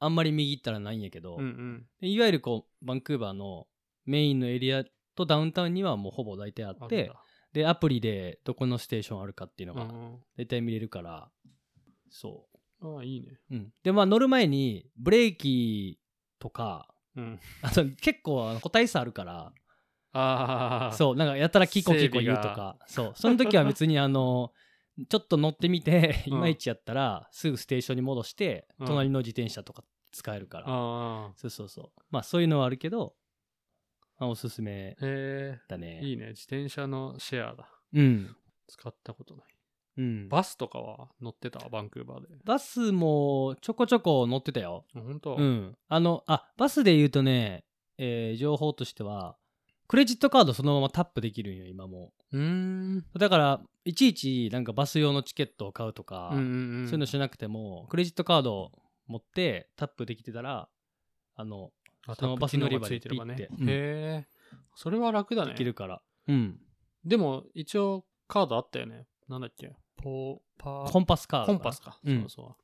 [SPEAKER 2] あんまり右行ったらないんやけど、
[SPEAKER 1] うんうん
[SPEAKER 2] でいわゆるこうバンクーバーのメインのエリアとダウンタウンにはもうほぼ大体あっ
[SPEAKER 1] あるん
[SPEAKER 2] て
[SPEAKER 1] だ
[SPEAKER 2] でアプリでどこのステーションあるかっていうの
[SPEAKER 1] う
[SPEAKER 2] が
[SPEAKER 1] ん
[SPEAKER 2] 大体見れるから、そ
[SPEAKER 1] うんああいいね
[SPEAKER 2] う、うん、でまあ乗る前にブレーキとか
[SPEAKER 1] うん
[SPEAKER 2] あと結構あの個体差あるから
[SPEAKER 1] ああう
[SPEAKER 2] そうなんかやたらキコキコ言うとかそうその時は別にあの ちょっと乗ってみてい
[SPEAKER 1] うん
[SPEAKER 2] まいちやったらすぐステーションに戻して
[SPEAKER 1] うん
[SPEAKER 2] 隣の自転車とか使えるから、
[SPEAKER 1] あ
[SPEAKER 2] そうそうそうまあそういうのはあるけど、まあ、おすすめ
[SPEAKER 1] あへ
[SPEAKER 2] だね
[SPEAKER 1] えいいね自転車のシェアだ
[SPEAKER 2] うん、
[SPEAKER 1] 使ったことない
[SPEAKER 2] うん、バ
[SPEAKER 1] バスとかは乗ってたバンクーバーで
[SPEAKER 2] スもちょこちょこ乗ってたよ
[SPEAKER 1] あ本当
[SPEAKER 2] うんあのあバスで言うとね、えー情報としてはクレジットカードそのままタップできるんよ今も
[SPEAKER 1] うーん
[SPEAKER 2] だからいちいちなんかバス用のチケットを買うとか、
[SPEAKER 1] うんうんうん
[SPEAKER 2] そういうのしなくてもクレジットカードを持ってタップできてたらあの
[SPEAKER 1] あ
[SPEAKER 2] そのバス乗り場
[SPEAKER 1] タッ
[SPEAKER 2] で
[SPEAKER 1] プ機能がついてれば
[SPEAKER 2] ピッ
[SPEAKER 1] ね
[SPEAKER 2] て
[SPEAKER 1] へえそれは楽だね
[SPEAKER 2] できるから、うん
[SPEAKER 1] でも一応カードあったよねなんだっけポーパー
[SPEAKER 2] コンパスカー
[SPEAKER 1] コ
[SPEAKER 2] ドかな
[SPEAKER 1] ンパスか
[SPEAKER 2] うん
[SPEAKER 1] そうそ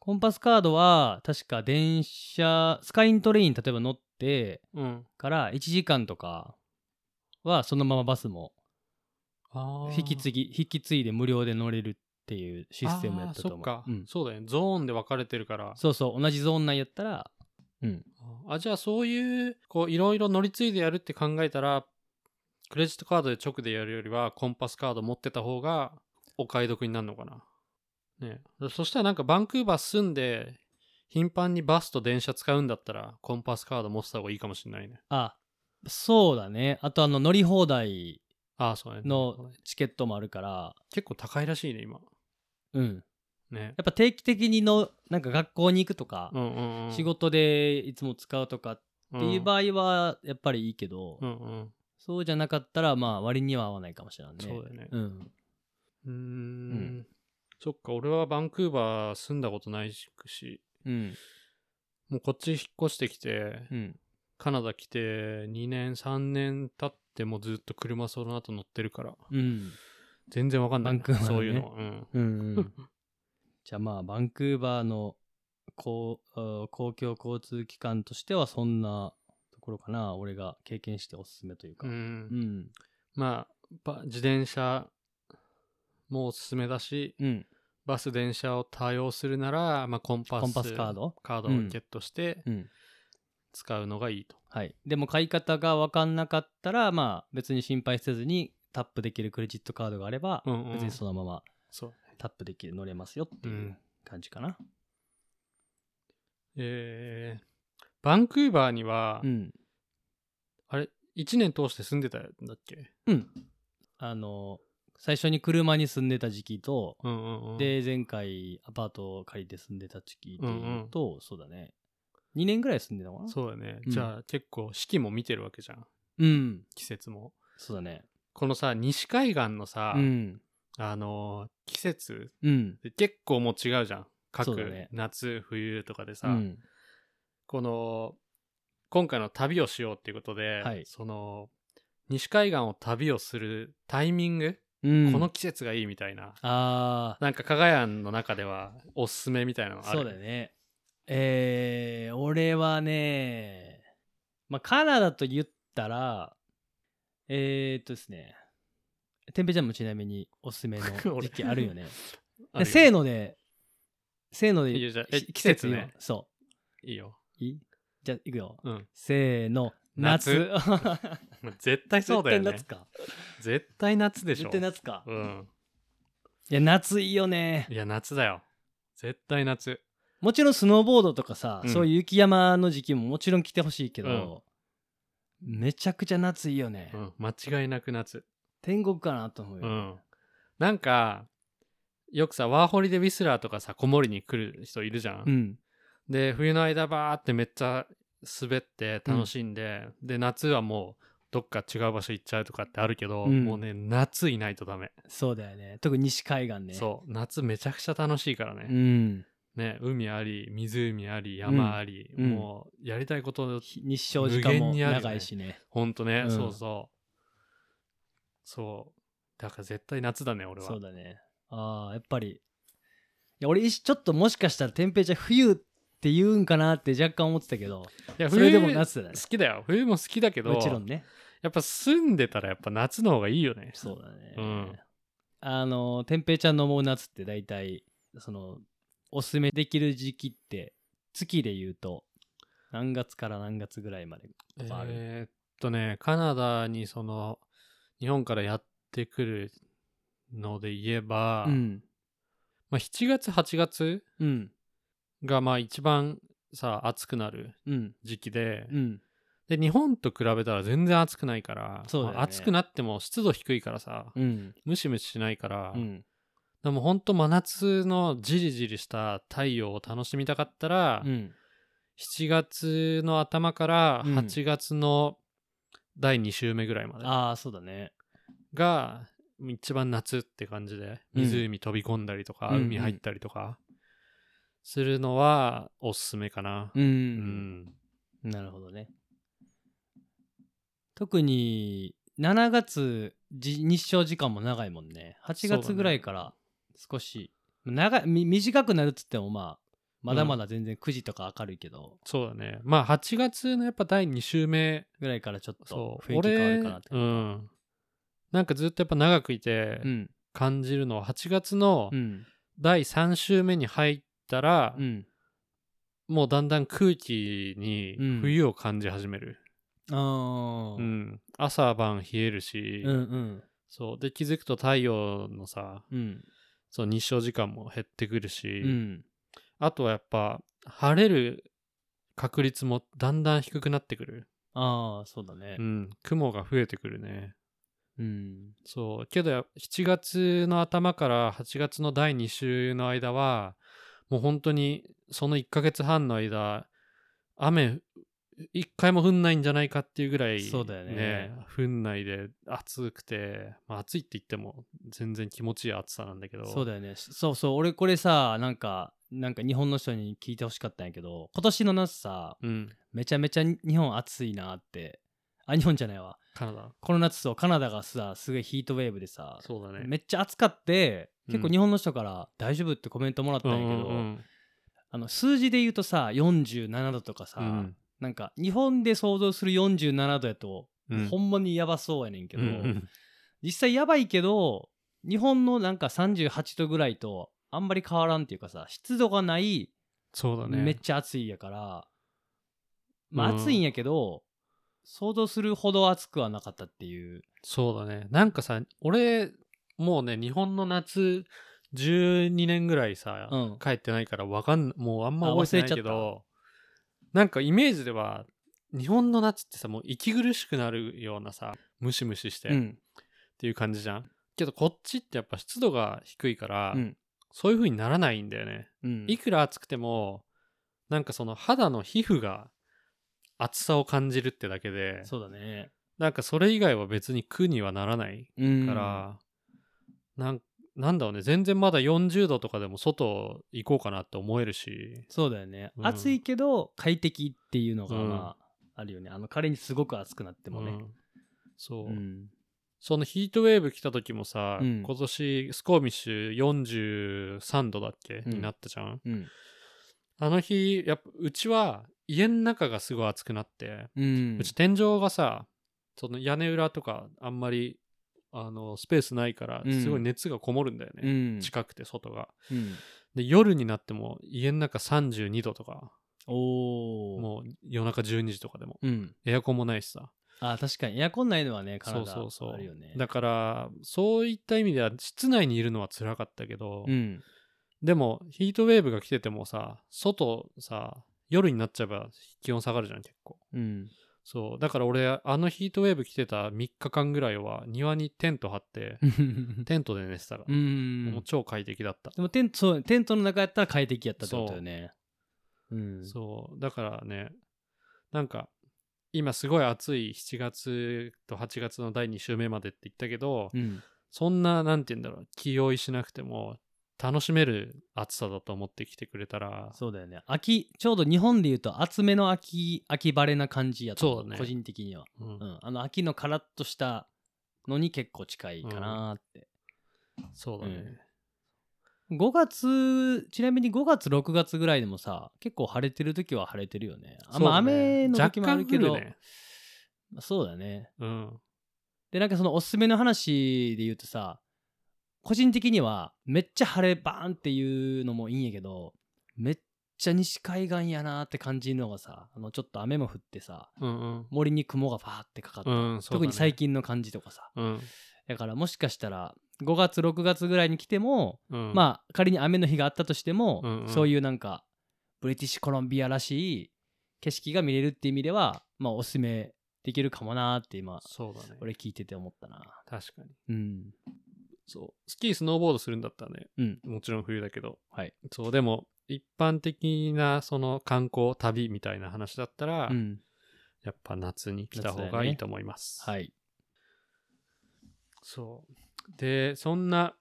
[SPEAKER 2] コンパスカードは確か電車スカイントレイン例えば乗って
[SPEAKER 1] ううん
[SPEAKER 2] から1時間とかはそのままバスも引
[SPEAKER 1] ぎ
[SPEAKER 2] き継ぎ引き継いで無料で乗れるっていうシステムやったと思う
[SPEAKER 1] そっか、
[SPEAKER 2] うん、
[SPEAKER 1] そうだよねゾーンで分かれてるから
[SPEAKER 2] そうそう同じゾーン内やったらうん
[SPEAKER 1] あじゃあそういうこういろいろ乗り継いでやるって考えたらクレジットカードで直でやるよりはコンパスカード持ってた方がお買い得になるのかなねそしたらなんかバンクーバー住んで頻繁にバスと電車使うんだったらコンパスカード持ってた方がいいかもしれないね
[SPEAKER 2] あそうだねあとあの乗り放題
[SPEAKER 1] ああそうね
[SPEAKER 2] のチケットもあるから
[SPEAKER 1] 結構高いらしいね今
[SPEAKER 2] うん
[SPEAKER 1] ね
[SPEAKER 2] やっぱ定期的にのなんか学校に行くとか、
[SPEAKER 1] うんうんうん
[SPEAKER 2] 仕事でいつも使うとかっていう
[SPEAKER 1] 合
[SPEAKER 2] 場合はやっぱりいいけど、
[SPEAKER 1] うんうんうん
[SPEAKER 2] そうじゃなかったらまあ割には合わないかもしれないね
[SPEAKER 1] そうだよね
[SPEAKER 2] うん
[SPEAKER 1] うーん
[SPEAKER 2] ん
[SPEAKER 1] そっか俺はバンクーバー住んだことないし
[SPEAKER 2] うん
[SPEAKER 1] もうこっち引っ越してきて
[SPEAKER 2] うん
[SPEAKER 1] カナダ来て2年3年経ってもずっと車その後乗ってるから
[SPEAKER 2] うん
[SPEAKER 1] 全然わかんない、
[SPEAKER 2] バンクーバーね
[SPEAKER 1] そういうのは、うん、
[SPEAKER 2] うんうん じゃあまあバンクーバーのこうあ公共交通機関としてはそんなところかな俺が経験しておすすめというか
[SPEAKER 1] うん
[SPEAKER 2] うん
[SPEAKER 1] まあば自転車もおすすめだし
[SPEAKER 2] うん
[SPEAKER 1] バス電車を多用するなら、まあ、コンパス
[SPEAKER 2] コンパスカード
[SPEAKER 1] カードをゲットして
[SPEAKER 2] うん
[SPEAKER 1] 使うのがいいと、
[SPEAKER 2] はいでも買い方が分かんなかったらまあ別に心配せずにタップできるクレジットカードがあれば
[SPEAKER 1] うんうん
[SPEAKER 2] 別にそのまま
[SPEAKER 1] そう
[SPEAKER 2] タップできる乗れますよっていう感じかな
[SPEAKER 1] えーバンクーバーには、
[SPEAKER 2] うん
[SPEAKER 1] あれ1年通して住んでたんだっけ
[SPEAKER 2] うんあの最初に車に住んでた時期と
[SPEAKER 1] うんうんうん
[SPEAKER 2] で前回アパートを借りて住んでた時期で言うと、そうだね2年ぐらい住んでたのかなう
[SPEAKER 1] そうだね、
[SPEAKER 2] ん
[SPEAKER 1] じゃあ結構四季も見てるわけじゃん
[SPEAKER 2] ん
[SPEAKER 1] 季節も
[SPEAKER 2] そうだね
[SPEAKER 1] このさ西海岸のさ、
[SPEAKER 2] うん
[SPEAKER 1] あのー季節
[SPEAKER 2] うん
[SPEAKER 1] って結構もう違うじゃん
[SPEAKER 2] そ
[SPEAKER 1] 各、
[SPEAKER 2] うだね
[SPEAKER 1] 夏冬とかでさ、
[SPEAKER 2] うん
[SPEAKER 1] この今回の旅をしようっていうことで、
[SPEAKER 2] はい
[SPEAKER 1] その西海岸を旅をするタイミング、
[SPEAKER 2] うん
[SPEAKER 1] この季節がいいみたいな
[SPEAKER 2] あ
[SPEAKER 1] なんか加賀屋の中ではおすすめみたいなの
[SPEAKER 2] ー
[SPEAKER 1] ある
[SPEAKER 2] そうだよねえー、俺はねまあカナダと言ったらえー、っとですねてんぺいちゃんもちなみにおすすめの
[SPEAKER 1] 俺
[SPEAKER 2] 時期あるよね
[SPEAKER 1] あるよ
[SPEAKER 2] せーのでせーので
[SPEAKER 1] いいよじゃあえ
[SPEAKER 2] し
[SPEAKER 1] 季節ね
[SPEAKER 2] 今そ
[SPEAKER 1] いいよ、
[SPEAKER 2] ういいじゃあいくよ
[SPEAKER 1] うん、
[SPEAKER 2] せーの
[SPEAKER 1] 夏
[SPEAKER 2] 夏
[SPEAKER 1] まあ絶対そうだよね
[SPEAKER 2] 絶対夏か
[SPEAKER 1] 絶対夏でしょ
[SPEAKER 2] 絶対夏か
[SPEAKER 1] うん
[SPEAKER 2] いや夏いいよね
[SPEAKER 1] いや夏だよ絶対夏
[SPEAKER 2] もちろんスノーボードとかさ、
[SPEAKER 1] うん
[SPEAKER 2] そういう雪山の時期ももちろん来てほしいけど、めちゃくちゃ夏いいよね、
[SPEAKER 1] うん間違いなく夏
[SPEAKER 2] 天国かなと思うよ、
[SPEAKER 1] うん、なんかよくさワーホリでウィスラーとかさこもりに来る人いるじゃん、
[SPEAKER 2] うん
[SPEAKER 1] で冬の間バーってめっちゃ滑って楽しんで、で夏はもうどっか違う場所行っちゃうとかってあるけど、
[SPEAKER 2] うん
[SPEAKER 1] もうね夏いないとダメ、
[SPEAKER 2] そうだよね特に西海岸ね
[SPEAKER 1] そう夏めちゃくちゃ楽しいからね,、
[SPEAKER 2] ん、
[SPEAKER 1] ね海あり湖あり山あり、
[SPEAKER 2] うん
[SPEAKER 1] もうやりたいこと
[SPEAKER 2] ひ日照時間
[SPEAKER 1] 無限
[SPEAKER 2] も
[SPEAKER 1] にあるよね
[SPEAKER 2] 長いしね
[SPEAKER 1] ほんとね、
[SPEAKER 2] うん
[SPEAKER 1] そうそうそうだから絶対夏だね俺は
[SPEAKER 2] そうだねああやっぱりいや俺一ちょっともしかしたら天平ちゃん冬って言うんかなって若干思ってたけど
[SPEAKER 1] いや
[SPEAKER 2] そ
[SPEAKER 1] 冬
[SPEAKER 2] れで
[SPEAKER 1] で
[SPEAKER 2] も
[SPEAKER 1] も夏
[SPEAKER 2] 夏だね
[SPEAKER 1] 好きだよ冬も好きだけど
[SPEAKER 2] もちろんね
[SPEAKER 1] やっぱ住んでたらやっぱ夏の方がいいよね。
[SPEAKER 2] そうだね。
[SPEAKER 1] うん
[SPEAKER 2] あの、天平ちゃんの思う夏って大体、その、おすすめできる時期って、月で言うと、何月から何月ぐらいまで。ある
[SPEAKER 1] えーっとね、カナダにその、日本からやってくるので言えば、
[SPEAKER 2] うん。
[SPEAKER 1] まあ、7月、8月
[SPEAKER 2] うん。
[SPEAKER 1] がまあ一番さ、暑くなる
[SPEAKER 2] うん。
[SPEAKER 1] 時期で、
[SPEAKER 2] うん。
[SPEAKER 1] で、日本と比べたら全然暑くないから、
[SPEAKER 2] そうだよね
[SPEAKER 1] まあ暑くなっても湿度低いからさ、
[SPEAKER 2] うん。
[SPEAKER 1] ムシムシしないから、
[SPEAKER 2] うん。
[SPEAKER 1] でも本当真夏のジリジリした太陽を楽しみたかったら、
[SPEAKER 2] うん。
[SPEAKER 1] 7月の頭から
[SPEAKER 2] うん
[SPEAKER 1] 8月の第2週目ぐらいまで
[SPEAKER 2] ああ、そうだね。
[SPEAKER 1] が一番夏って感じで
[SPEAKER 2] うん
[SPEAKER 1] 湖飛び込んだりとか
[SPEAKER 2] うんうん
[SPEAKER 1] 海入ったりとかするのはおすすめかな。
[SPEAKER 2] う。
[SPEAKER 1] うんん
[SPEAKER 2] なるほどね。特に、7月、じ日照時間も長いもんね。8
[SPEAKER 1] そうだ
[SPEAKER 2] 月
[SPEAKER 1] ね
[SPEAKER 2] ぐらいから、少し、長いみ短くなるっつっても、まあ、まだまだ全然9時とか明るいけど、
[SPEAKER 1] そうだね。まあ8月のやっぱ第2週目
[SPEAKER 2] ぐらいからちょっ
[SPEAKER 1] そ
[SPEAKER 2] と
[SPEAKER 1] う
[SPEAKER 2] 雰囲気変わるかなって。
[SPEAKER 1] 俺うんなんかずっとやっぱ長くいて
[SPEAKER 2] うん
[SPEAKER 1] 感じるのは8月の
[SPEAKER 2] うん
[SPEAKER 1] 第3週目に入ったら、
[SPEAKER 2] うん
[SPEAKER 1] もうだんだん空気に
[SPEAKER 2] うん
[SPEAKER 1] 冬を感じ始める、う
[SPEAKER 2] あー
[SPEAKER 1] ん朝晩冷えるし、
[SPEAKER 2] うんうん
[SPEAKER 1] そうで気づくと太陽のさ
[SPEAKER 2] うん
[SPEAKER 1] その日照時間も減ってくるし、
[SPEAKER 2] うん
[SPEAKER 1] あとはやっぱ晴れる確率もだんだん低くなってくる、
[SPEAKER 2] ああそうだね
[SPEAKER 1] うん、雲が増えてくるね
[SPEAKER 2] うん
[SPEAKER 1] そうけどや7月の頭から8月の第2週の間はもう本当にその1ヶ月半の間雨一回も降んないんじゃないかっていうぐらい
[SPEAKER 2] そうだよね
[SPEAKER 1] 降んないで暑くて、まあ、暑いって言っても全然気持ちいい暑さなんだけど
[SPEAKER 2] そうだよねそうそう俺これさなんかなんか日本の人に聞いてほしかったんやけど今年の夏さ
[SPEAKER 1] うん
[SPEAKER 2] めちゃめちゃ日本暑いなってあ日本じゃないわ
[SPEAKER 1] カナダ
[SPEAKER 2] この夏そうカナダがさすごいヒートウェーブでさ
[SPEAKER 1] そうだね
[SPEAKER 2] めっちゃ暑かって
[SPEAKER 1] うん
[SPEAKER 2] 結構日本の人から「大丈夫?」ってコメントもらったんやけど、あの数字で言うとさ47度とかさ、
[SPEAKER 1] うん
[SPEAKER 2] なんか日本で想像する47度やと、
[SPEAKER 1] うん
[SPEAKER 2] ほんまにやばそうやねんけど、
[SPEAKER 1] うんうん
[SPEAKER 2] 実際やばいけど日本のなんか38度ぐらいとあんまり変わらんっていうかさ湿度がない、
[SPEAKER 1] そうだね
[SPEAKER 2] めっちゃ暑いやからまあ
[SPEAKER 1] うん
[SPEAKER 2] 暑いんやけど、想像するほど暑くはなかったっていう
[SPEAKER 1] そうだねなんかさ俺もうね日本の夏12年ぐらいさ、
[SPEAKER 2] うん
[SPEAKER 1] 帰ってないからわかんもうあんま
[SPEAKER 2] あ
[SPEAKER 1] 覚えてないけどなんかイメージでは日本の夏ってさもう息苦しくなるようなさムシムシして、
[SPEAKER 2] う
[SPEAKER 1] っ
[SPEAKER 2] ん
[SPEAKER 1] ていう感じじゃんけどこっちってやっぱ湿度が低いから、
[SPEAKER 2] うん
[SPEAKER 1] そういう風にならないんだよね、
[SPEAKER 2] うん
[SPEAKER 1] いくら暑くてもなんかその肌の皮膚が暑さを感じるってだけで
[SPEAKER 2] そうだね
[SPEAKER 1] なんかそれ以外は別に苦にはならない
[SPEAKER 2] うん
[SPEAKER 1] から、なんなんだろうね全然まだ40度とかでも外行こうかなって思えるし
[SPEAKER 2] そうだよね、
[SPEAKER 1] うん
[SPEAKER 2] 暑いけど快適っていうのが
[SPEAKER 1] うん
[SPEAKER 2] まあ、あるよねあの彼にすごく暑くなっても
[SPEAKER 1] う
[SPEAKER 2] ね
[SPEAKER 1] んそう、
[SPEAKER 2] うん
[SPEAKER 1] そのヒートウェーブ来た時もさ、
[SPEAKER 2] うん
[SPEAKER 1] 今年スコーミッシュ43度だっけ、
[SPEAKER 2] うん
[SPEAKER 1] になったじゃん
[SPEAKER 2] うん
[SPEAKER 1] あの日やっぱうちは家の中がすごい暑くなって、
[SPEAKER 2] うん
[SPEAKER 1] うち天井がさその屋根裏とかあんまりあのスペースないから
[SPEAKER 2] うん
[SPEAKER 1] すごい熱がこもるんだよ
[SPEAKER 2] う
[SPEAKER 1] ね、
[SPEAKER 2] ん
[SPEAKER 1] 近くて外が
[SPEAKER 2] うん
[SPEAKER 1] で夜になっても家の中32度とか
[SPEAKER 2] おお
[SPEAKER 1] もう夜中12時とかでも
[SPEAKER 2] う、うん、
[SPEAKER 1] エアコンもないしさ
[SPEAKER 2] あー確かにエアコンないのはねカナダ
[SPEAKER 1] そうそうそう
[SPEAKER 2] あるよね
[SPEAKER 1] だからそういった意味では室内にいるのは辛かったけど、
[SPEAKER 2] うん
[SPEAKER 1] でもヒートウェーブが来ててもさ外さ夜になっちゃえば気温下がるじゃん結構
[SPEAKER 2] うん
[SPEAKER 1] そうだから俺あのヒートウェーブ来てた3日間ぐらいは庭にテント張ってテントで寝てたから
[SPEAKER 2] う、ん
[SPEAKER 1] もう超快適だった、
[SPEAKER 2] でもテントそうテントの中やったら快適やったってことよねうん
[SPEAKER 1] そうだからねなんか今すごい暑い7月と8月の第2週目までって言ったけど、
[SPEAKER 2] うん
[SPEAKER 1] そんな、なんて言うんだろう、気負いしなくても、楽しめる暑さだと思ってきてくれたら、
[SPEAKER 2] そうだよね秋ちょうど日本でいうと厚めの秋秋晴れな感じやと思
[SPEAKER 1] そうだね
[SPEAKER 2] 個人的には
[SPEAKER 1] うん
[SPEAKER 2] うん、あの秋のカラッとしたのに結構近いかなーって、
[SPEAKER 1] そうだね、
[SPEAKER 2] 5月ちなみに5月6月ぐらいでもさ結構晴れてる時は晴れてるよねあんま
[SPEAKER 1] そうだ
[SPEAKER 2] あ
[SPEAKER 1] ね
[SPEAKER 2] 雨の時もあるけど
[SPEAKER 1] 若干降るね
[SPEAKER 2] そうだね
[SPEAKER 1] うん。
[SPEAKER 2] でなんかそのおすすめの話で言うとさ個人的にはめっちゃ晴れバーンっていうのもいいんやけどめっちゃ西海岸やなーって感じるのがさあのちょっと雨も降ってさ
[SPEAKER 1] うん
[SPEAKER 2] 森に雲がファーってかかって、
[SPEAKER 1] うん。うん、そうだね
[SPEAKER 2] 特に最。近の感じとかさ
[SPEAKER 1] うん。
[SPEAKER 2] だからもしかしたら5月6月ぐらいに来ても、
[SPEAKER 1] うん、あ、
[SPEAKER 2] まあ仮に雨の日があったとしても、
[SPEAKER 1] うんうん
[SPEAKER 2] そういうなんかブリティッシュコロンビアらしい景色が見れるっていう意味ではまあおすすめできるかもなーって今
[SPEAKER 1] そうだね。
[SPEAKER 2] 俺聞いてて思ったな
[SPEAKER 1] 確かに。
[SPEAKER 2] うん
[SPEAKER 1] そう。スキー、スノーボードするんだったらね、
[SPEAKER 2] うん
[SPEAKER 1] もちろん冬だけど、
[SPEAKER 2] はい
[SPEAKER 1] そう、でも、一般的な、その観光、旅みたいな話だったら、
[SPEAKER 2] うん
[SPEAKER 1] やっぱ夏に来た方
[SPEAKER 2] 夏だよね
[SPEAKER 1] がいいと思います。
[SPEAKER 2] はい
[SPEAKER 1] そう。で、そんな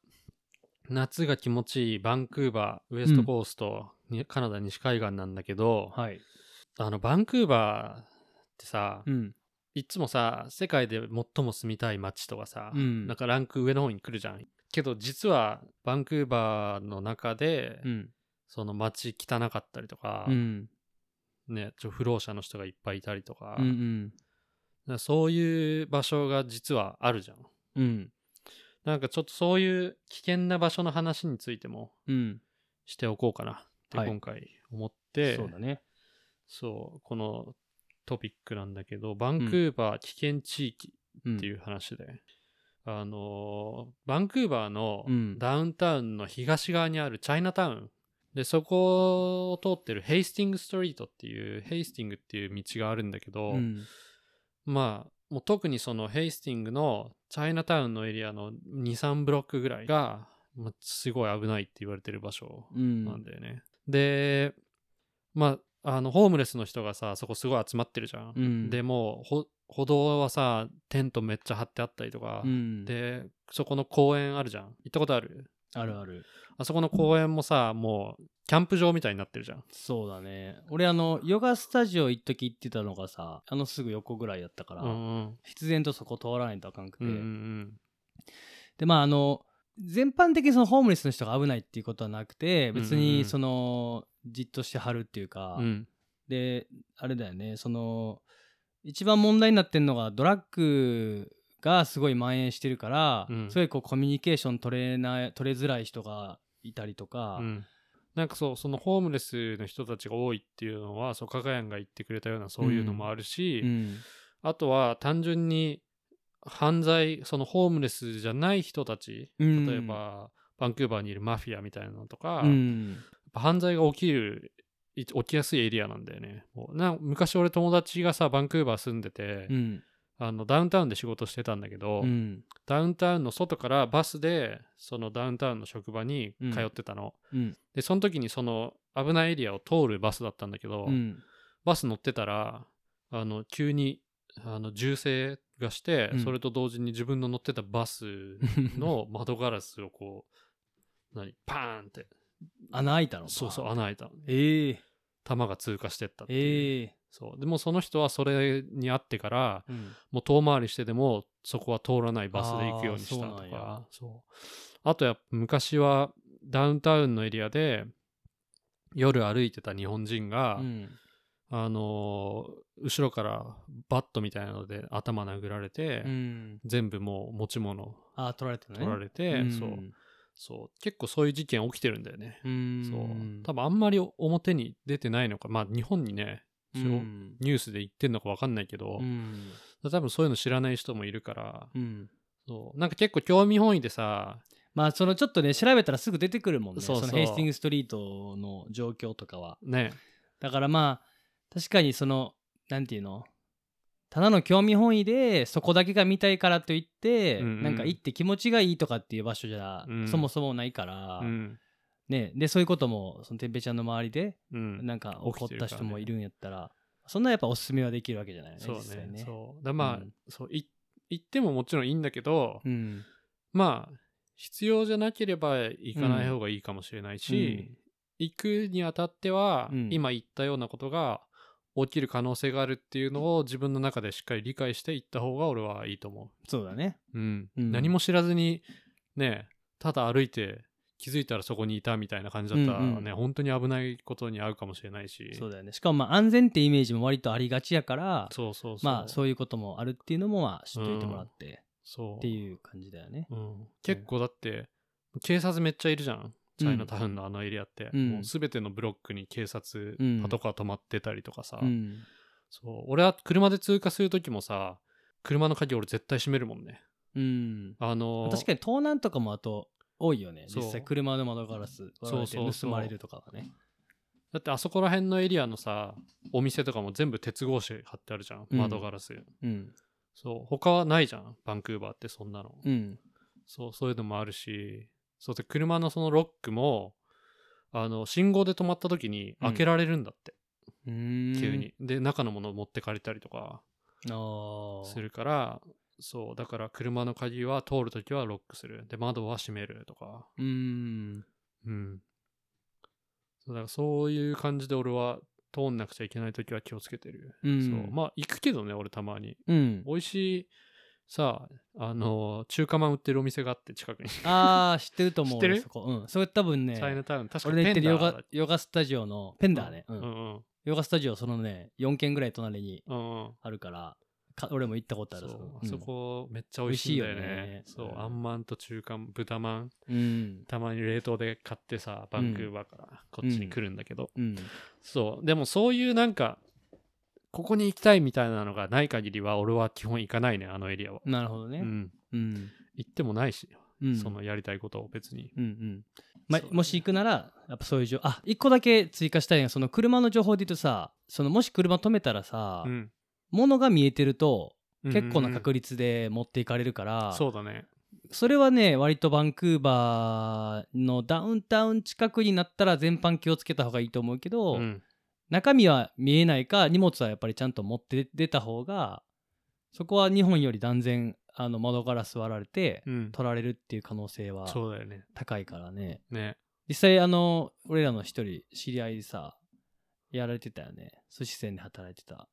[SPEAKER 1] 夏が気持ちいいバンクーバー、ウエストコースト、にカナダ西海岸なんだけど、
[SPEAKER 2] はい
[SPEAKER 1] あの、バンクーバーってさ、
[SPEAKER 2] うん
[SPEAKER 1] いつもさ、世界で最も住みたい街とかさ、
[SPEAKER 2] うん
[SPEAKER 1] なんかランク上の方に来るじゃん。けど実はバンクーバーの中で、
[SPEAKER 2] うん
[SPEAKER 1] その街汚かったりとか、
[SPEAKER 2] うん
[SPEAKER 1] ね、ちょ不老者の人がいっぱいいたりとか、
[SPEAKER 2] うんうん
[SPEAKER 1] なんかそういう場所が実はあるじゃん。
[SPEAKER 2] うん
[SPEAKER 1] なんかちょっとそういう危険な場所の話についても
[SPEAKER 2] うん
[SPEAKER 1] しておこうかなって
[SPEAKER 2] はい
[SPEAKER 1] 今回思って、
[SPEAKER 2] そうだね
[SPEAKER 1] そうこのトピックなんだけどバンクーバー危険地域
[SPEAKER 2] うん
[SPEAKER 1] っていう話で、あのーバンクーバーの
[SPEAKER 2] うん
[SPEAKER 1] ダウンタウンの東側にあるチャイナタウンでそこを通ってるヘイスティングストリートっていうヘイスティングっていう道があるんだけど、
[SPEAKER 2] うん
[SPEAKER 1] まあもう特にそのヘイスティングのチャイナタウンのエリアの23ブロックぐらいが、まあすごい危ないって言われてる場所
[SPEAKER 2] うん
[SPEAKER 1] なんだよね。で、まあ、あの、ホームレスの人がさ、そこすごい集まってるじゃん。
[SPEAKER 2] うん
[SPEAKER 1] でもうほ、歩道はさ、テントめっちゃ張ってあったりとか、
[SPEAKER 2] うん
[SPEAKER 1] で、そこの公園あるじゃん。行ったことある
[SPEAKER 2] あるある
[SPEAKER 1] あそこの公園もさ、もう、キャンプ場みたいになってるじゃん。
[SPEAKER 2] そうだね俺あのヨガスタジオ一時行ってたのがさあのすぐ横ぐらいやったから、
[SPEAKER 1] うんうん。
[SPEAKER 2] 必然とそこ通らないとあかんくて、
[SPEAKER 1] うんうん
[SPEAKER 2] でまああの全般的にそのホームレスの人が危ないっていうことはなくて別
[SPEAKER 1] うんうんう
[SPEAKER 2] に
[SPEAKER 1] ん
[SPEAKER 2] そのじっとしてはるっていうか、
[SPEAKER 1] うん。うん。
[SPEAKER 2] であれだよねその一番問題になってるのがドラッグがすごい蔓延してるから、
[SPEAKER 1] うん
[SPEAKER 2] すごいこうコミュニケーション取れない取れづらい人がいたりとか、
[SPEAKER 1] うんなんかそうそのホームレスの人たちが多いっていうのはそう加賀谷が言ってくれたようなそういうのもあるし、
[SPEAKER 2] うん
[SPEAKER 1] あとは単純に犯罪そのホームレスじゃない人たち
[SPEAKER 2] うん
[SPEAKER 1] 例えば、バンクーバーにいるマフィアみたいなのとか、
[SPEAKER 2] う
[SPEAKER 1] やっ
[SPEAKER 2] ん
[SPEAKER 1] ぱ犯罪が起きるい起きやすいエリアなんだよねもうな昔俺友達がさバンクーバー住んでて、
[SPEAKER 2] うん
[SPEAKER 1] あのダウンタウンで仕事してたんだけど、
[SPEAKER 2] うん
[SPEAKER 1] ダウンタウンの外からバスでそのダウンタウンの職場に通ってたの、
[SPEAKER 2] うん
[SPEAKER 1] でその時にその危ないエリアを通るバスだったんだけど、
[SPEAKER 2] うん
[SPEAKER 1] バス乗ってたらあの急にあの銃声がして、
[SPEAKER 2] うん
[SPEAKER 1] それと同時に自分の乗ってたバスの窓ガラスをこう何パーンって
[SPEAKER 2] 穴開いたのか
[SPEAKER 1] そうそう穴開いた
[SPEAKER 2] ええ
[SPEAKER 1] 弾が通過してったっていう、
[SPEAKER 2] ええ
[SPEAKER 1] そうでもその人はそれにあってから
[SPEAKER 2] うん
[SPEAKER 1] もう遠回りしてでもそこは通らないバスで行くようにした
[SPEAKER 2] あーそう
[SPEAKER 1] と
[SPEAKER 2] なんや
[SPEAKER 1] かそうあとやっぱ昔はダウンタウンのエリアで夜歩いてた日本人が、
[SPEAKER 2] うん
[SPEAKER 1] あのー後ろからバットみたいなので頭殴られて、
[SPEAKER 2] うん
[SPEAKER 1] 全部もう持ち物
[SPEAKER 2] あ取られてね
[SPEAKER 1] 取られて、
[SPEAKER 2] うん
[SPEAKER 1] そうそう結構そういう事件起きてるんだよね、
[SPEAKER 2] うん
[SPEAKER 1] そう多分あんまり表に出てないのかまあ日本にね、そう
[SPEAKER 2] うん
[SPEAKER 1] ニュースで言ってんのか分かんないけど、
[SPEAKER 2] うん
[SPEAKER 1] 多分そういうの知らない人もいるから、
[SPEAKER 2] うん
[SPEAKER 1] そうなんか結構興味本位でさ
[SPEAKER 2] まあそのちょっとね調べたらすぐ出てくるもんね
[SPEAKER 1] そうそう
[SPEAKER 2] のヘイスティングストリートの状況とかは
[SPEAKER 1] ね
[SPEAKER 2] だからまあ確かにそのなんていうのただの興味本位でそこだけが見たいからといって、
[SPEAKER 1] うんうん
[SPEAKER 2] なんか行って気持ちがいいとかっていう場所じゃ、
[SPEAKER 1] うん
[SPEAKER 2] そもそもないから、
[SPEAKER 1] うん
[SPEAKER 2] ね、でそういうこともそのてんぺいちゃんの周りで
[SPEAKER 1] うん
[SPEAKER 2] なんか
[SPEAKER 1] 起
[SPEAKER 2] 怒
[SPEAKER 1] き
[SPEAKER 2] って
[SPEAKER 1] るからね
[SPEAKER 2] た人もいるんやったらそんなやっぱおすすめはできるわけじゃないよね
[SPEAKER 1] そう
[SPEAKER 2] 実際
[SPEAKER 1] ね
[SPEAKER 2] ね
[SPEAKER 1] そうだまあ、
[SPEAKER 2] うん
[SPEAKER 1] そうい行ってももちろんいいんだけど、
[SPEAKER 2] うん
[SPEAKER 1] まあ必要じゃなければ行かない方がいいかもしれないし、行くにあたっては、
[SPEAKER 2] うん
[SPEAKER 1] 今言ったようなことが起きる可能性があるっていうのを自分の中でしっかり理解して行った方が俺はいいと思
[SPEAKER 2] そうだね
[SPEAKER 1] う、うん
[SPEAKER 2] うん
[SPEAKER 1] 何も知らずにねただ歩いて気づいたらそこにいたみたいな感じだったらね、
[SPEAKER 2] うんうん
[SPEAKER 1] 本当に危ないことに遭うかもしれないし
[SPEAKER 2] そうだよねしかもまあ安全ってイメージも割とありがちやから
[SPEAKER 1] そうそうそう
[SPEAKER 2] まあそういうこともあるっていうのもまあ知っといてもらって
[SPEAKER 1] そう
[SPEAKER 2] っていう感じだよね
[SPEAKER 1] うん、結構だって警察めっちゃいるじゃんチャイナタウンのあのエリアって、
[SPEAKER 2] うん
[SPEAKER 1] もう全てのブロックに警察、
[SPEAKER 2] うん
[SPEAKER 1] パトカー止まってたりとかさ、
[SPEAKER 2] うん
[SPEAKER 1] そう俺は車で通過する時もさ車の鍵俺絶対閉めるもんね
[SPEAKER 2] うん
[SPEAKER 1] あのー
[SPEAKER 2] 確かに盗難とかもあと多いよね
[SPEAKER 1] そう
[SPEAKER 2] 実際車の窓ガラス割られて
[SPEAKER 1] そうそうそう
[SPEAKER 2] 盗まれるとかはね
[SPEAKER 1] だってあそこら辺のエリアのさお店とかも全部鉄格子貼ってあるじゃん
[SPEAKER 2] うん
[SPEAKER 1] 窓ガラス、
[SPEAKER 2] うん
[SPEAKER 1] そう他はないじゃんバンクーバーってそんなの、
[SPEAKER 2] うん
[SPEAKER 1] そうそういうのもあるしそうで車のそのロックもあの信号で止まった時に開けられるんだって、急に、で中のものを持ってかれたりとか
[SPEAKER 2] ああ
[SPEAKER 1] するからそうだから車の鍵は通るときはロックするで窓は閉めるとか
[SPEAKER 2] うん
[SPEAKER 1] うんそうだからそういう感じで俺は通んなくちゃいけないときは気をつけてる、
[SPEAKER 2] うん
[SPEAKER 1] そうまあ行くけどね俺たまに
[SPEAKER 2] うん
[SPEAKER 1] 美味しいさあの中華まん売ってるお店があって近くに、
[SPEAKER 2] ああ知ってると思
[SPEAKER 1] 知
[SPEAKER 2] う
[SPEAKER 1] ってる
[SPEAKER 2] 俺そこうんそれ多分ね
[SPEAKER 1] チャイナタウン確か
[SPEAKER 2] 俺の言ってるヨ
[SPEAKER 1] ペンダー
[SPEAKER 2] ガヨガスタジオのペンダーね、う
[SPEAKER 1] うんんうん
[SPEAKER 2] ヨガスタジオそのね4軒ぐらい隣に
[SPEAKER 1] うんうん
[SPEAKER 2] あるからか俺も行ったことある
[SPEAKER 1] そう
[SPEAKER 2] う
[SPEAKER 1] あ
[SPEAKER 2] ん
[SPEAKER 1] そこめっちゃ美味しいよね。
[SPEAKER 2] 美味しいよね
[SPEAKER 1] そうう、
[SPEAKER 2] ん
[SPEAKER 1] あんまんと中華まん、豚まん、
[SPEAKER 2] うん
[SPEAKER 1] たまに冷凍で買ってさ、バンクーバーからこっちに来るんだけど、
[SPEAKER 2] うん
[SPEAKER 1] そう、でもそういうなんか、ここに行きたいみたいなのがない限りは、俺は基本行かないね、あのエリアは。
[SPEAKER 2] なるほど
[SPEAKER 1] う
[SPEAKER 2] ね
[SPEAKER 1] ん。
[SPEAKER 2] うん
[SPEAKER 1] 行ってもないし、
[SPEAKER 2] うん
[SPEAKER 1] そのやりたいことを別に。
[SPEAKER 2] うんうんま
[SPEAKER 1] そう
[SPEAKER 2] もし行くならやっぱそういう情あ一個だけ追加したいのがその車の情報で言うとさそのもし車止めたらさ、
[SPEAKER 1] うん。
[SPEAKER 2] 物が見えてると結構
[SPEAKER 1] うんうんう
[SPEAKER 2] なん確率で持っていかれるから、
[SPEAKER 1] そうだね。
[SPEAKER 2] それはね割とバンクーバーのダウンタウン近くになったら全般気をつけた方がいいと思うけど、
[SPEAKER 1] うん
[SPEAKER 2] 中身は見えないか荷物はやっぱりちゃんと持って出た方がそこは日本より断然あの窓ガラス割られて
[SPEAKER 1] うん。
[SPEAKER 2] 取られるっていう可能性は
[SPEAKER 1] そうだよね。
[SPEAKER 2] 高いからね
[SPEAKER 1] ね。
[SPEAKER 2] 実際あの俺らの一人知り合いでさやられてたよね寿司店で働いてた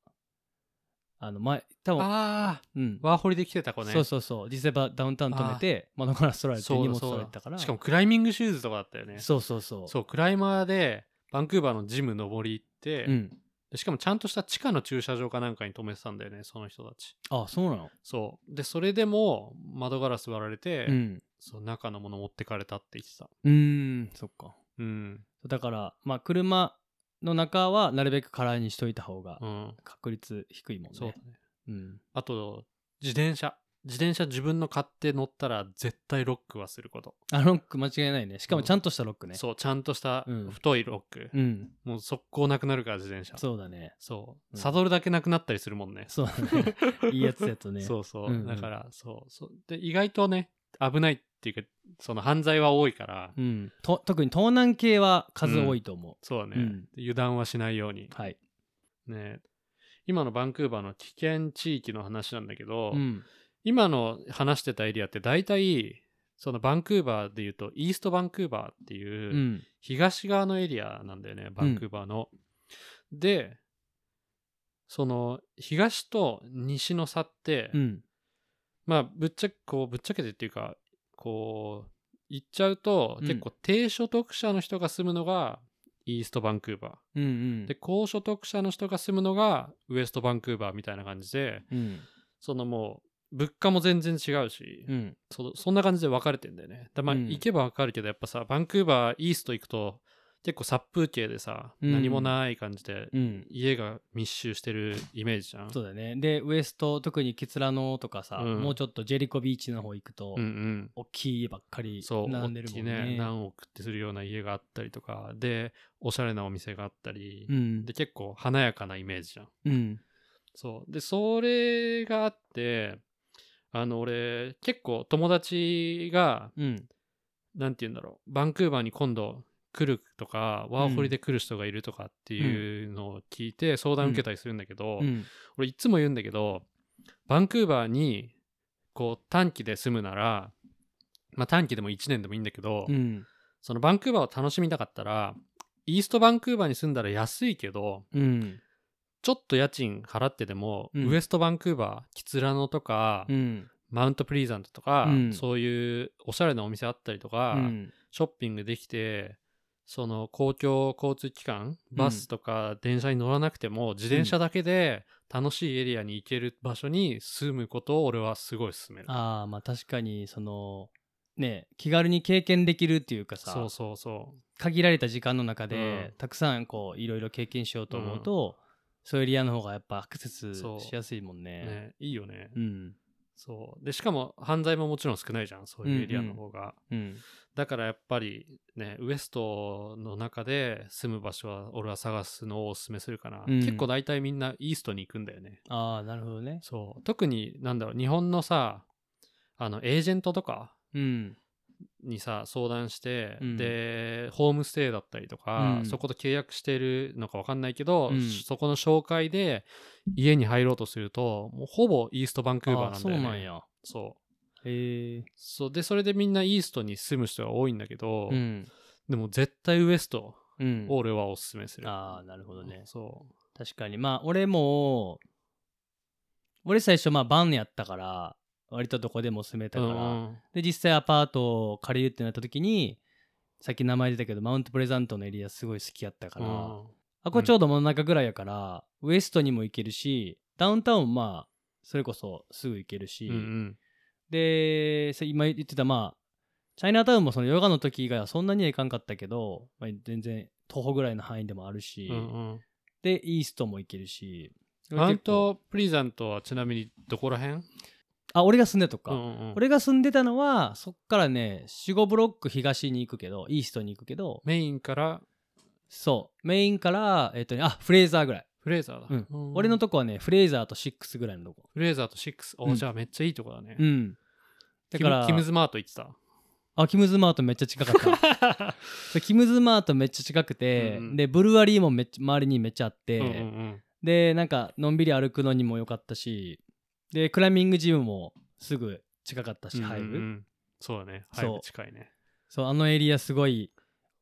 [SPEAKER 2] あの前多分
[SPEAKER 1] あ
[SPEAKER 2] うん
[SPEAKER 1] あ、ワーホリで来てた子ね。
[SPEAKER 2] そうそうそう実際ばダウンタウン止めて窓ガラス取られて
[SPEAKER 1] そう
[SPEAKER 2] 荷
[SPEAKER 1] だ
[SPEAKER 2] 物
[SPEAKER 1] そう
[SPEAKER 2] 取
[SPEAKER 1] だ
[SPEAKER 2] られてたから
[SPEAKER 1] しかもクライミングシューズとかだったよね。
[SPEAKER 2] そうそうそう
[SPEAKER 1] そう、クライマーで、バンクーバーのジム登り行って、
[SPEAKER 2] ん、
[SPEAKER 1] でしかもちゃんとした地下の駐車場かなんかに止めてたんだよね、その人たち。
[SPEAKER 2] あそうなの
[SPEAKER 1] そう。で、それでも窓ガラス割られて、
[SPEAKER 2] うん
[SPEAKER 1] そう中のもの持ってかれたって言ってた。
[SPEAKER 2] うーんそっか
[SPEAKER 1] うん。
[SPEAKER 2] だからまあ車の中はなるべく空にしといた方が
[SPEAKER 1] うん。
[SPEAKER 2] 確率低いもんね
[SPEAKER 1] そうだね。
[SPEAKER 2] うん、
[SPEAKER 1] あと、自転車。自転車自分の買って乗ったら絶対ロックはすること。
[SPEAKER 2] あロック間違いないねしかもちゃんとしたロックね
[SPEAKER 1] そう、ちゃんとした
[SPEAKER 2] うん
[SPEAKER 1] 太いロック。
[SPEAKER 2] うん
[SPEAKER 1] もう速攻なくなるから自転車。
[SPEAKER 2] そうだね
[SPEAKER 1] そう。
[SPEAKER 2] うん
[SPEAKER 1] サドルだけなくなったりするもんね。
[SPEAKER 2] そうだねいいやつやとね
[SPEAKER 1] そううそう。
[SPEAKER 2] んうん
[SPEAKER 1] だから、そうそう。で、意外とね、危ないっていうか、その犯罪は多いから、
[SPEAKER 2] ん、と特に東南系は数多いと思う、
[SPEAKER 1] そうだね、
[SPEAKER 2] うん
[SPEAKER 1] で油断はしないように。
[SPEAKER 2] はい、
[SPEAKER 1] ね今のバンクーバーの危険地域の話なんだけど、
[SPEAKER 2] うん、
[SPEAKER 1] 今の話してたエリアって大体、そのバンクーバーでいうと、イーストバンクーバーっていう、
[SPEAKER 2] うん
[SPEAKER 1] 東側のエリアなんだよね、バンクーバーの。で、その東と西の差って、
[SPEAKER 2] うん
[SPEAKER 1] まあぶっちゃけこうぶっちゃけてっていうかこう言っちゃうと、
[SPEAKER 2] うん
[SPEAKER 1] 結構低所得者の人が住むのがイーストバンクーバ
[SPEAKER 2] うんうん
[SPEAKER 1] ーで高所得者の人が住むのがウエストバンクーバーみたいな感じで
[SPEAKER 2] うん
[SPEAKER 1] そのもう物価も全然違うし、
[SPEAKER 2] うん
[SPEAKER 1] そそんな感じで分かれてんだよね。だまあ、
[SPEAKER 2] うん
[SPEAKER 1] 行けば分かるけど、やっぱさ、バンクーバー、イースト行くと、結構殺風景でさ、
[SPEAKER 2] うん
[SPEAKER 1] 何もない感じで、
[SPEAKER 2] うん
[SPEAKER 1] 家が密集してるイメージじゃん。
[SPEAKER 2] そうだねでウエスト特にケツラノとかさ、
[SPEAKER 1] うん
[SPEAKER 2] もうちょっとジェリコビーチの方行くと、
[SPEAKER 1] うん
[SPEAKER 2] 大きい家ばっか
[SPEAKER 1] う
[SPEAKER 2] り
[SPEAKER 1] ん。そう、
[SPEAKER 2] 並んで
[SPEAKER 1] 大
[SPEAKER 2] る
[SPEAKER 1] き
[SPEAKER 2] も
[SPEAKER 1] い
[SPEAKER 2] んね
[SPEAKER 1] ね、何億ってするような家があったりとか、で、おしゃれなお店があったり、
[SPEAKER 2] うん
[SPEAKER 1] で、結構華やかなイメージじゃん。
[SPEAKER 2] うん
[SPEAKER 1] そう。で、それがあって、あの、俺、結構友達が、
[SPEAKER 2] うん
[SPEAKER 1] なんて言うんだろう、バンクーバーに今度来るとか、ワーホリで来る人がいるとかっていうのを聞いて相談受けたりするんだけど、
[SPEAKER 2] うん
[SPEAKER 1] 俺いつも言うんだけど、バンクーバーにこう短期で住むなら、まあ短期でも1年でもいいんだけど、
[SPEAKER 2] うん
[SPEAKER 1] そのバンクーバーを楽しみたかったら、イーストバンクーバーに住んだら安いけど、
[SPEAKER 2] うん
[SPEAKER 1] ちょっと家賃払ってでも、
[SPEAKER 2] うん
[SPEAKER 1] ウエストバンクーバー、キツラノとか、
[SPEAKER 2] うん
[SPEAKER 1] マウントプリーザントとか、
[SPEAKER 2] うん
[SPEAKER 1] そういうおしゃれなお店あったりとか、
[SPEAKER 2] うん
[SPEAKER 1] ショッピングできて、その公共交通機関、バスとか電車に乗らなくても、自転車だけで楽しいエリアに行ける場所に住むことを俺はすごい勧める。
[SPEAKER 2] ああまあ確かにそのね気軽に経験できるっていうかさ
[SPEAKER 1] そうそうそ
[SPEAKER 2] 限られた時間の中で、
[SPEAKER 1] うん
[SPEAKER 2] たくさんこういろいろ経験しようと思うと、そういうエリアの方がやっぱアクセスし
[SPEAKER 1] そう
[SPEAKER 2] やすいもん
[SPEAKER 1] う、
[SPEAKER 2] ね。
[SPEAKER 1] ね。いいよね。
[SPEAKER 2] うん
[SPEAKER 1] そう。で、しかも犯罪ももちろん少ないじゃん、そういうエリアの方が。
[SPEAKER 2] うん
[SPEAKER 1] だからやっぱりね、ウエストの中で住む場所は俺は探すのをお勧めするかな。
[SPEAKER 2] うん
[SPEAKER 1] 結構大体みんなイーストに行くんだよね。
[SPEAKER 2] ああなるほどね。
[SPEAKER 1] そう特になんだろう日本のさあのエージェントとか
[SPEAKER 2] うん
[SPEAKER 1] にさ相談して、
[SPEAKER 2] うん
[SPEAKER 1] でホームステイだったりとか、
[SPEAKER 2] うん
[SPEAKER 1] そこと契約してるのか分かんないけど、
[SPEAKER 2] うん
[SPEAKER 1] そこの紹介で家に入ろうとするともうほぼイーストバンクーバー
[SPEAKER 2] あ
[SPEAKER 1] な
[SPEAKER 2] ー
[SPEAKER 1] ん
[SPEAKER 2] そ
[SPEAKER 1] だ
[SPEAKER 2] う
[SPEAKER 1] よね
[SPEAKER 2] なんや。
[SPEAKER 1] そう
[SPEAKER 2] へえ。
[SPEAKER 1] そうでそれでみんなイーストに住む人が多いんだけど、
[SPEAKER 2] うん
[SPEAKER 1] でも絶対ウエスト
[SPEAKER 2] うん
[SPEAKER 1] を、俺はおすすめする、
[SPEAKER 2] ああなるほどね。
[SPEAKER 1] そ
[SPEAKER 2] 確かにまあ俺も俺最初まあバンやったから割とどこでも住め
[SPEAKER 1] う
[SPEAKER 2] たから、
[SPEAKER 1] うんうん
[SPEAKER 2] で実際アパートを借りるってなった時にさっき名前出たけどマウントプレザントのエリアすごい好きやったから、
[SPEAKER 1] うん
[SPEAKER 2] あこれちょうど真ん中ぐらいやから、ウエストにも行けるしダウンタウンもまあそれこそすぐ行けるし、
[SPEAKER 1] うんうん
[SPEAKER 2] でせ今言ってたまあチャイナタウンもそのヨガの時以外はそんなにはいかんかったけど、まあ、全然徒歩ぐらいの範囲でもあるし、
[SPEAKER 1] うん
[SPEAKER 2] でイーストも行けるし
[SPEAKER 1] うん、マウン
[SPEAKER 2] 結構
[SPEAKER 1] トプリザントはちなみにどこら辺
[SPEAKER 2] あ俺が住んでたと
[SPEAKER 1] う
[SPEAKER 2] か、
[SPEAKER 1] んうん
[SPEAKER 2] 俺が住んでたのはそっからね45ブロック東に行くけどイーストに行くけど
[SPEAKER 1] メインから
[SPEAKER 2] そうメインからえっ、とねあフレーザーぐらい、
[SPEAKER 1] フレーザーだ、
[SPEAKER 2] うん
[SPEAKER 1] うん
[SPEAKER 2] 俺のとこはねフレーザーと6ぐらいのとこ
[SPEAKER 1] フレーザーと6お、
[SPEAKER 2] うん
[SPEAKER 1] じゃあめっちゃいいとこだね、
[SPEAKER 2] うん
[SPEAKER 1] キ
[SPEAKER 2] だか
[SPEAKER 1] ム
[SPEAKER 2] ら
[SPEAKER 1] キムズマート行って た
[SPEAKER 2] あキムズマートめっちゃ近 かったそうキムズマートめっちゃ近くて、
[SPEAKER 1] うんうん
[SPEAKER 2] でブルワリーもめっちゃ周りにめっちゃあって、
[SPEAKER 1] うんうんうん
[SPEAKER 2] でなんかのんびり歩くのにも良かったしでクライミングジムもすぐ近かったし、ハイ
[SPEAKER 1] うんうんう
[SPEAKER 2] ブ
[SPEAKER 1] んそうだね
[SPEAKER 2] そう
[SPEAKER 1] ハイブ近いね
[SPEAKER 2] そうあのエリアすごい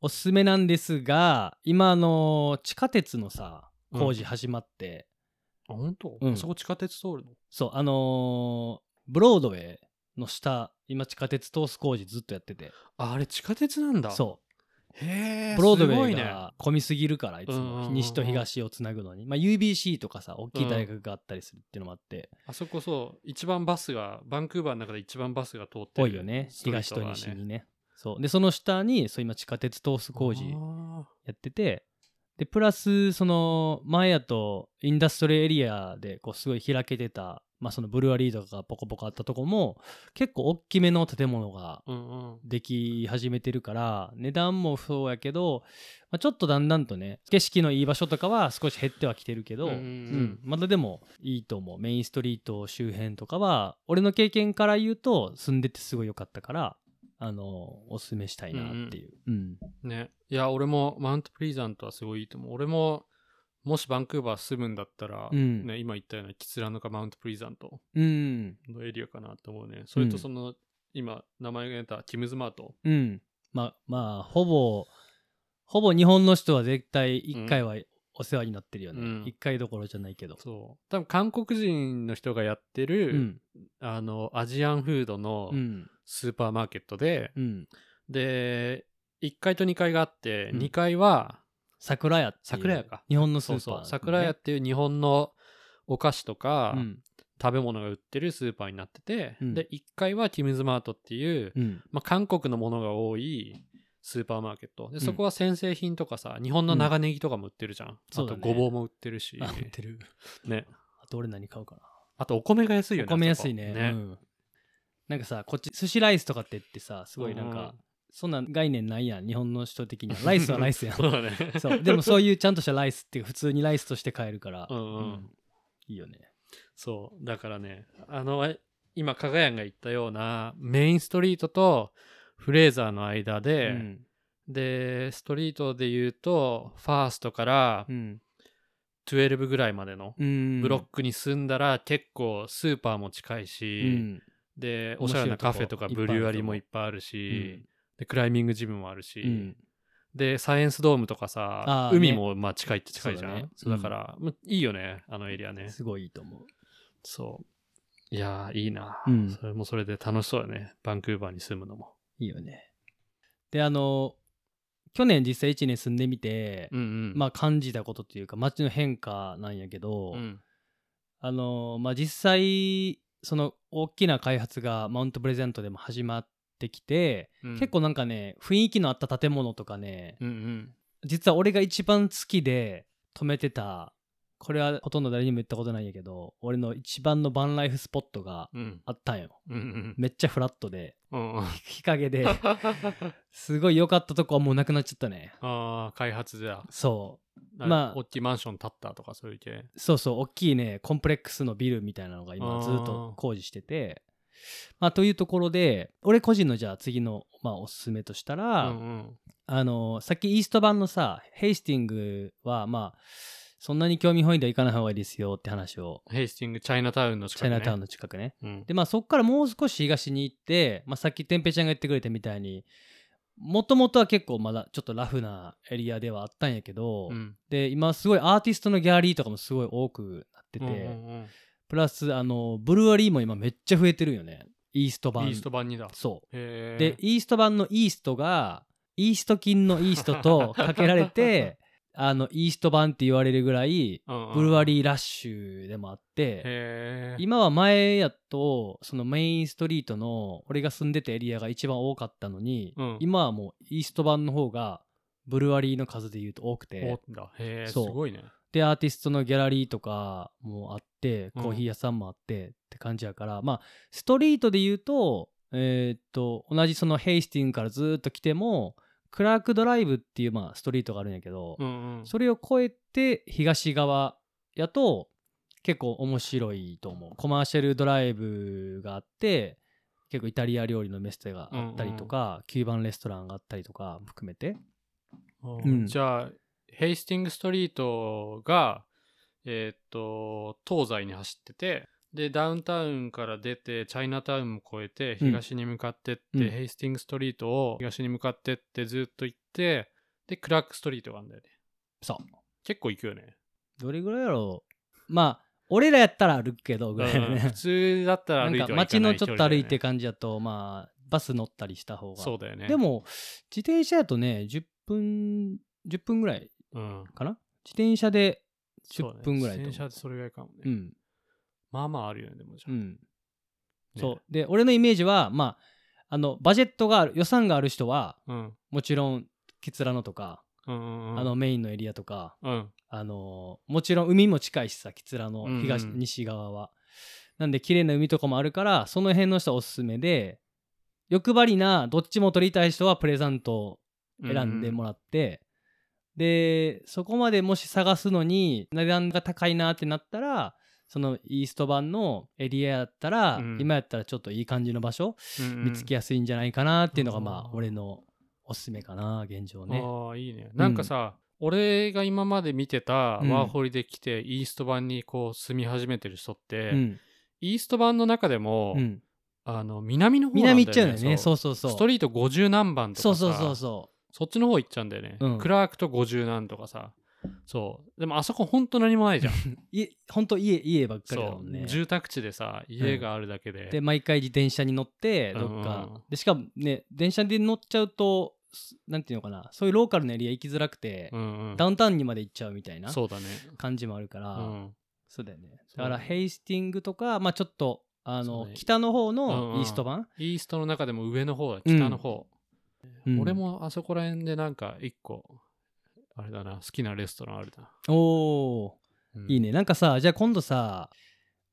[SPEAKER 2] おすすめなんですが今あの地下鉄のさ工事始まって、
[SPEAKER 1] あ本当、
[SPEAKER 2] うん
[SPEAKER 1] あそこ地下鉄通るの
[SPEAKER 2] そうあのーブロードウェイの下今地下鉄通す工事ずっとやってて
[SPEAKER 1] ああれ地下鉄なんだ
[SPEAKER 2] そう
[SPEAKER 1] へえ
[SPEAKER 2] うブロードウ
[SPEAKER 1] すご
[SPEAKER 2] ェ
[SPEAKER 1] い
[SPEAKER 2] イ
[SPEAKER 1] ね
[SPEAKER 2] が混みすぎるからいつ
[SPEAKER 1] うんうんうん
[SPEAKER 2] も
[SPEAKER 1] うん
[SPEAKER 2] 西と東をつなぐのに、まあ、UBC とかさ大きい大学があったりするっていうのもあって、
[SPEAKER 1] あそこそう一番バスがバンクーバーの中で一番バスが通って
[SPEAKER 2] 多
[SPEAKER 1] る
[SPEAKER 2] いよね
[SPEAKER 1] ストリ
[SPEAKER 2] 東
[SPEAKER 1] ート
[SPEAKER 2] と
[SPEAKER 1] が
[SPEAKER 2] 西にねそうでその下にそう今地下鉄通す工事
[SPEAKER 1] あ
[SPEAKER 2] やっててでプラスその前やとインダストリーエリアでこうすごい開けてた、まあ、そのブルワリーとかがポコポコあったとこも結構大きめの建物が
[SPEAKER 1] ーうんうん
[SPEAKER 2] でき始めてるから値段もそうやけど、まあ、ちょっとだんだんとね景色のいい場所とかは少し減ってはきてるけど、
[SPEAKER 1] うんうんうん
[SPEAKER 2] うんまだでもいいと思うメインストリート周辺とかは俺の経験から言うと住んでてすごい良かったからあのおすすめしたいなっていう、うん
[SPEAKER 1] ねいや俺もマウントプリザントはすごいいいと思う俺ももしバンクーバー住むんだったら、
[SPEAKER 2] うん
[SPEAKER 1] ね、今言ったようなキツラノかマウントプリザント
[SPEAKER 2] うん
[SPEAKER 1] のエリアかなと思うねそれ
[SPEAKER 2] う
[SPEAKER 1] と
[SPEAKER 2] ん
[SPEAKER 1] その、今名前が出たキムズマート
[SPEAKER 2] うん。まあ、まあ、ほぼ、ほぼ日本の人は絶対一回はお世話になってるよ
[SPEAKER 1] う
[SPEAKER 2] ね
[SPEAKER 1] ん。
[SPEAKER 2] 一、回どころじゃないけど。
[SPEAKER 1] そう多分韓国人の人がやって
[SPEAKER 2] う
[SPEAKER 1] る、
[SPEAKER 2] ん。
[SPEAKER 1] あのアジアンフードの
[SPEAKER 2] うん。
[SPEAKER 1] スーパーマーケットで、
[SPEAKER 2] うん。
[SPEAKER 1] で1階と2階があって、
[SPEAKER 2] うん
[SPEAKER 1] 2階は
[SPEAKER 2] 桜屋っていう。
[SPEAKER 1] 桜屋か
[SPEAKER 2] 日本のスー
[SPEAKER 1] そ
[SPEAKER 2] パー、
[SPEAKER 1] うそう桜屋っ
[SPEAKER 2] と
[SPEAKER 1] ていう日本のお菓子とか
[SPEAKER 2] か、うん。
[SPEAKER 1] 食べ物が売ってるスーパーになってて、
[SPEAKER 2] うん
[SPEAKER 1] で1階はキムズマートっていう、
[SPEAKER 2] うん。
[SPEAKER 1] まあ、韓国のものが多いスーパーマーケットで
[SPEAKER 2] ん
[SPEAKER 1] そこは先製品とかさ日本の長ネギとかも売ってるじゃん、
[SPEAKER 2] そ
[SPEAKER 1] あ
[SPEAKER 2] うだ
[SPEAKER 1] と
[SPEAKER 2] ね
[SPEAKER 1] ごぼうも売ってるし
[SPEAKER 2] あ、売ってる。
[SPEAKER 1] ね、
[SPEAKER 2] あと俺何買うかな。
[SPEAKER 1] あとお米が安いよ
[SPEAKER 2] お
[SPEAKER 1] ね
[SPEAKER 2] 米
[SPEAKER 1] あそこ
[SPEAKER 2] 安いね。うん。なんかさ、こっち、寿司ライスとかって言ってさ、すごいなんか、
[SPEAKER 1] うん
[SPEAKER 2] そんな概念ないやん、日本の人的には。ライスはライスや ん。
[SPEAKER 1] そうだね
[SPEAKER 2] そう。でもそういうちゃんとしたライスっていうか普通にライスとして買えるから、
[SPEAKER 1] うんうん
[SPEAKER 2] いいよね。
[SPEAKER 1] そう。だからね、あの、え今、加賀谷が言ったような、メインストリートとフレーザーの間で、
[SPEAKER 2] うん
[SPEAKER 1] で、ストリートで言うと、ファーストから
[SPEAKER 2] うん。
[SPEAKER 1] 12ぐらいまでの
[SPEAKER 2] ブ
[SPEAKER 1] ブロックに住んだら、結構スーパーも近いし、で、おしゃれなカフェとか
[SPEAKER 2] 面白
[SPEAKER 1] ブ
[SPEAKER 2] いとこ
[SPEAKER 1] リュワリもいっぱいあるし、で、クライミングジムもあるし、
[SPEAKER 2] うん
[SPEAKER 1] で、サイエンスドームとかさ
[SPEAKER 2] あ、ーね
[SPEAKER 1] 海もまあ近いって近いじゃん。
[SPEAKER 2] そう
[SPEAKER 1] そ
[SPEAKER 2] だ
[SPEAKER 1] うだ,、
[SPEAKER 2] ね
[SPEAKER 1] から、まあいいよね、あのエリアね。
[SPEAKER 2] すごいいいと思う。
[SPEAKER 1] そう。いやー、いいな、
[SPEAKER 2] うん
[SPEAKER 1] それもそれで楽しそうだね。バンクーバーに住むのも。
[SPEAKER 2] いいよね。であの去年実際1年住んでみて、
[SPEAKER 1] うんうん。
[SPEAKER 2] まあ感じたことというか街の変化なんやけど、
[SPEAKER 1] うん、
[SPEAKER 2] あのまあ実際その大きな開発がマウントプレゼントでも始まってきて、
[SPEAKER 1] うん
[SPEAKER 2] 結、構なんかね雰囲気のあった建物とかね、
[SPEAKER 1] うんうん。
[SPEAKER 2] 実は俺が一番好きで止めてたこれはほとんど誰にも言ったことないんやけど俺の一番のバンライフスポットが
[SPEAKER 1] うん
[SPEAKER 2] あったんよ
[SPEAKER 1] うんうん。
[SPEAKER 2] めっちゃフラットで
[SPEAKER 1] うんうん、
[SPEAKER 2] 日陰 ですごい良かったとこはもうなくなっちゃったね。
[SPEAKER 1] ああ、開発じゃ。
[SPEAKER 2] そ
[SPEAKER 1] ま
[SPEAKER 2] ま
[SPEAKER 1] あ、
[SPEAKER 2] あ
[SPEAKER 1] 大きいマンション建ったとかそういう系。
[SPEAKER 2] う。そうそう、大きいね、コンプレックスのビルみたいなのが
[SPEAKER 1] あ
[SPEAKER 2] 今
[SPEAKER 1] ー
[SPEAKER 2] ずっと工事してて。まあ、というところで、俺個人のじゃあ次の、まあ、おすすめとしたら、
[SPEAKER 1] うんうん
[SPEAKER 2] あの、さっきイースト版のさ、ヘイスティングは、まあ、そんなに興味本位では行かない方がいいですよって話を、
[SPEAKER 1] ヘイスティング、チャイナタウンの
[SPEAKER 2] チ
[SPEAKER 1] 近く、
[SPEAKER 2] ャイ
[SPEAKER 1] ね。
[SPEAKER 2] ナタウンの近くね。
[SPEAKER 1] うん。
[SPEAKER 2] でまあそこからもう少し東に行って、まあ、さっきてんぺいちゃんが言ってくれたみたいにもともとは結構まだちょっとラフなエリアではあったんやけど、
[SPEAKER 1] うん
[SPEAKER 2] で今すごいアーティストのギャラリーとかもすごい多くなってて、
[SPEAKER 1] うんうん
[SPEAKER 2] プラスあのブルワリーも今めっちゃ増えてるよねイースト
[SPEAKER 1] うん、
[SPEAKER 2] 版
[SPEAKER 1] イースト版にだ。
[SPEAKER 2] そ
[SPEAKER 1] へ
[SPEAKER 2] う
[SPEAKER 1] え
[SPEAKER 2] でイースト版のイーストがイースト菌のイーストとかけられてあのイースト版って言われるぐらいブルワ
[SPEAKER 1] ー
[SPEAKER 2] リーラッシュでもあって
[SPEAKER 1] へえ
[SPEAKER 2] 今は前やとそのメインストリートの俺が住んでたエリアが一番多かったのに、
[SPEAKER 1] うん
[SPEAKER 2] 今はもうイースト版の方がブルワリーの数で言うと多くて
[SPEAKER 1] おだへえす
[SPEAKER 2] そう
[SPEAKER 1] ごいね
[SPEAKER 2] でアーティストのギャラリーとかもあって
[SPEAKER 1] うん
[SPEAKER 2] コーヒー屋さんもあってって感じやから、まあストリートで言うとえーっと同じそのヘイスティングからずーっと来てもクラークドライブっていうまあストリートがあるんやけど、
[SPEAKER 1] うんうん
[SPEAKER 2] それを越えて東側やと結構面白いと思うコマーシャルドライブがあって結構イタリア料理のメステがあったりとか、キューバンレストランがあったりとかも含めてうん
[SPEAKER 1] じゃあヘイスティングストリートがえーっと東西に走っててでダウンタウンから出てチャイナタウンも越えて
[SPEAKER 2] うん
[SPEAKER 1] 東に向かってって、
[SPEAKER 2] うん
[SPEAKER 1] ヘイスティングストリートを東に向かってってずっと行ってでクラークストリートがあるんだよね
[SPEAKER 2] そう
[SPEAKER 1] 結構行くよね
[SPEAKER 2] どれぐらいやろうまあ俺らやったら歩くけどぐらいだ
[SPEAKER 1] うん
[SPEAKER 2] ね、
[SPEAKER 1] 普通だったら歩いて
[SPEAKER 2] な
[SPEAKER 1] はいか
[SPEAKER 2] んか
[SPEAKER 1] ない
[SPEAKER 2] 街のちょっと歩いて
[SPEAKER 1] か
[SPEAKER 2] 感じだとまあバス乗ったりした方が
[SPEAKER 1] そうだよね
[SPEAKER 2] で、も自転車やとね10分10分ぐらい
[SPEAKER 1] うん、
[SPEAKER 2] かな自転車で
[SPEAKER 1] そうだ
[SPEAKER 2] 10
[SPEAKER 1] ね
[SPEAKER 2] 分ぐらいと
[SPEAKER 1] 自
[SPEAKER 2] 思う
[SPEAKER 1] 転車でそれぐらいかもね、
[SPEAKER 2] うん
[SPEAKER 1] まあまああるよねでもじゃあ、
[SPEAKER 2] う
[SPEAKER 1] ね
[SPEAKER 2] んそうで俺のイメージはまああのバジェットがある予算がある人は
[SPEAKER 1] うん
[SPEAKER 2] もちろんケツラノとか、
[SPEAKER 1] うんうんうん
[SPEAKER 2] あのメインのエリアとか
[SPEAKER 1] うん
[SPEAKER 2] あのーもちろん海も近いしさキツラの東、
[SPEAKER 1] うんうん
[SPEAKER 2] 西側はなんで綺麗な海とかもあるからその辺の人はおすすめで欲張りなどっちも取りたい人はプレザントを選んでもらって、でそこまでもし探すのに値段が高いなってなったらそのイースト版のエリアやったら、
[SPEAKER 1] うん
[SPEAKER 2] 今やったらちょっといい感じの場所見つけ
[SPEAKER 1] 合
[SPEAKER 2] やすいんじゃないかなっていうのがまあ
[SPEAKER 1] あー
[SPEAKER 2] 俺のおすすめかな現状
[SPEAKER 1] う
[SPEAKER 2] ね。
[SPEAKER 1] ああいいねなんかさ、俺が今まで見てたワ
[SPEAKER 2] うん
[SPEAKER 1] ーホリで来てイースト版にこう住み始めてる人って、
[SPEAKER 2] うん
[SPEAKER 1] イースト版の中でも、
[SPEAKER 2] うん
[SPEAKER 1] あの南の方なんだよね
[SPEAKER 2] 南行っちゃうんだよねそうそうそう
[SPEAKER 1] ストリート50何番とか
[SPEAKER 2] そ
[SPEAKER 1] さ
[SPEAKER 2] うそうそうそ
[SPEAKER 1] そっちの方行っちゃうんだよね、
[SPEAKER 2] うん
[SPEAKER 1] クラークと50何とかさそうでもあそこほんと何もないじゃん
[SPEAKER 2] うい本当家家ばっ かりだ
[SPEAKER 1] そ
[SPEAKER 2] も
[SPEAKER 1] う、
[SPEAKER 2] んね
[SPEAKER 1] 住宅地でさ家があるだけで、
[SPEAKER 2] で毎回自転車に乗ってどっ
[SPEAKER 1] うんうんうん
[SPEAKER 2] かでしかもね電車で乗っちゃうとすなんていうのかなそういうローカルのエリア行きづらくて、
[SPEAKER 1] うんうん
[SPEAKER 2] ダウンタウンにまで行っちゃうみたいな
[SPEAKER 1] そうだね
[SPEAKER 2] 感じもあるから、
[SPEAKER 1] うん
[SPEAKER 2] そうだよね
[SPEAKER 1] そう
[SPEAKER 2] だからヘイスティングとかまあちょっとあ
[SPEAKER 1] そう
[SPEAKER 2] の、
[SPEAKER 1] ね
[SPEAKER 2] 北の方
[SPEAKER 1] うんうん
[SPEAKER 2] のイースト版、
[SPEAKER 1] イーストの中でも上の方だ
[SPEAKER 2] うん
[SPEAKER 1] 北の方、
[SPEAKER 2] うん
[SPEAKER 1] 俺もあそこら辺でなんか一個あれだな好きなレストランあるな、
[SPEAKER 2] おお
[SPEAKER 1] うん
[SPEAKER 2] ーいいねなんかさじゃあ今度さ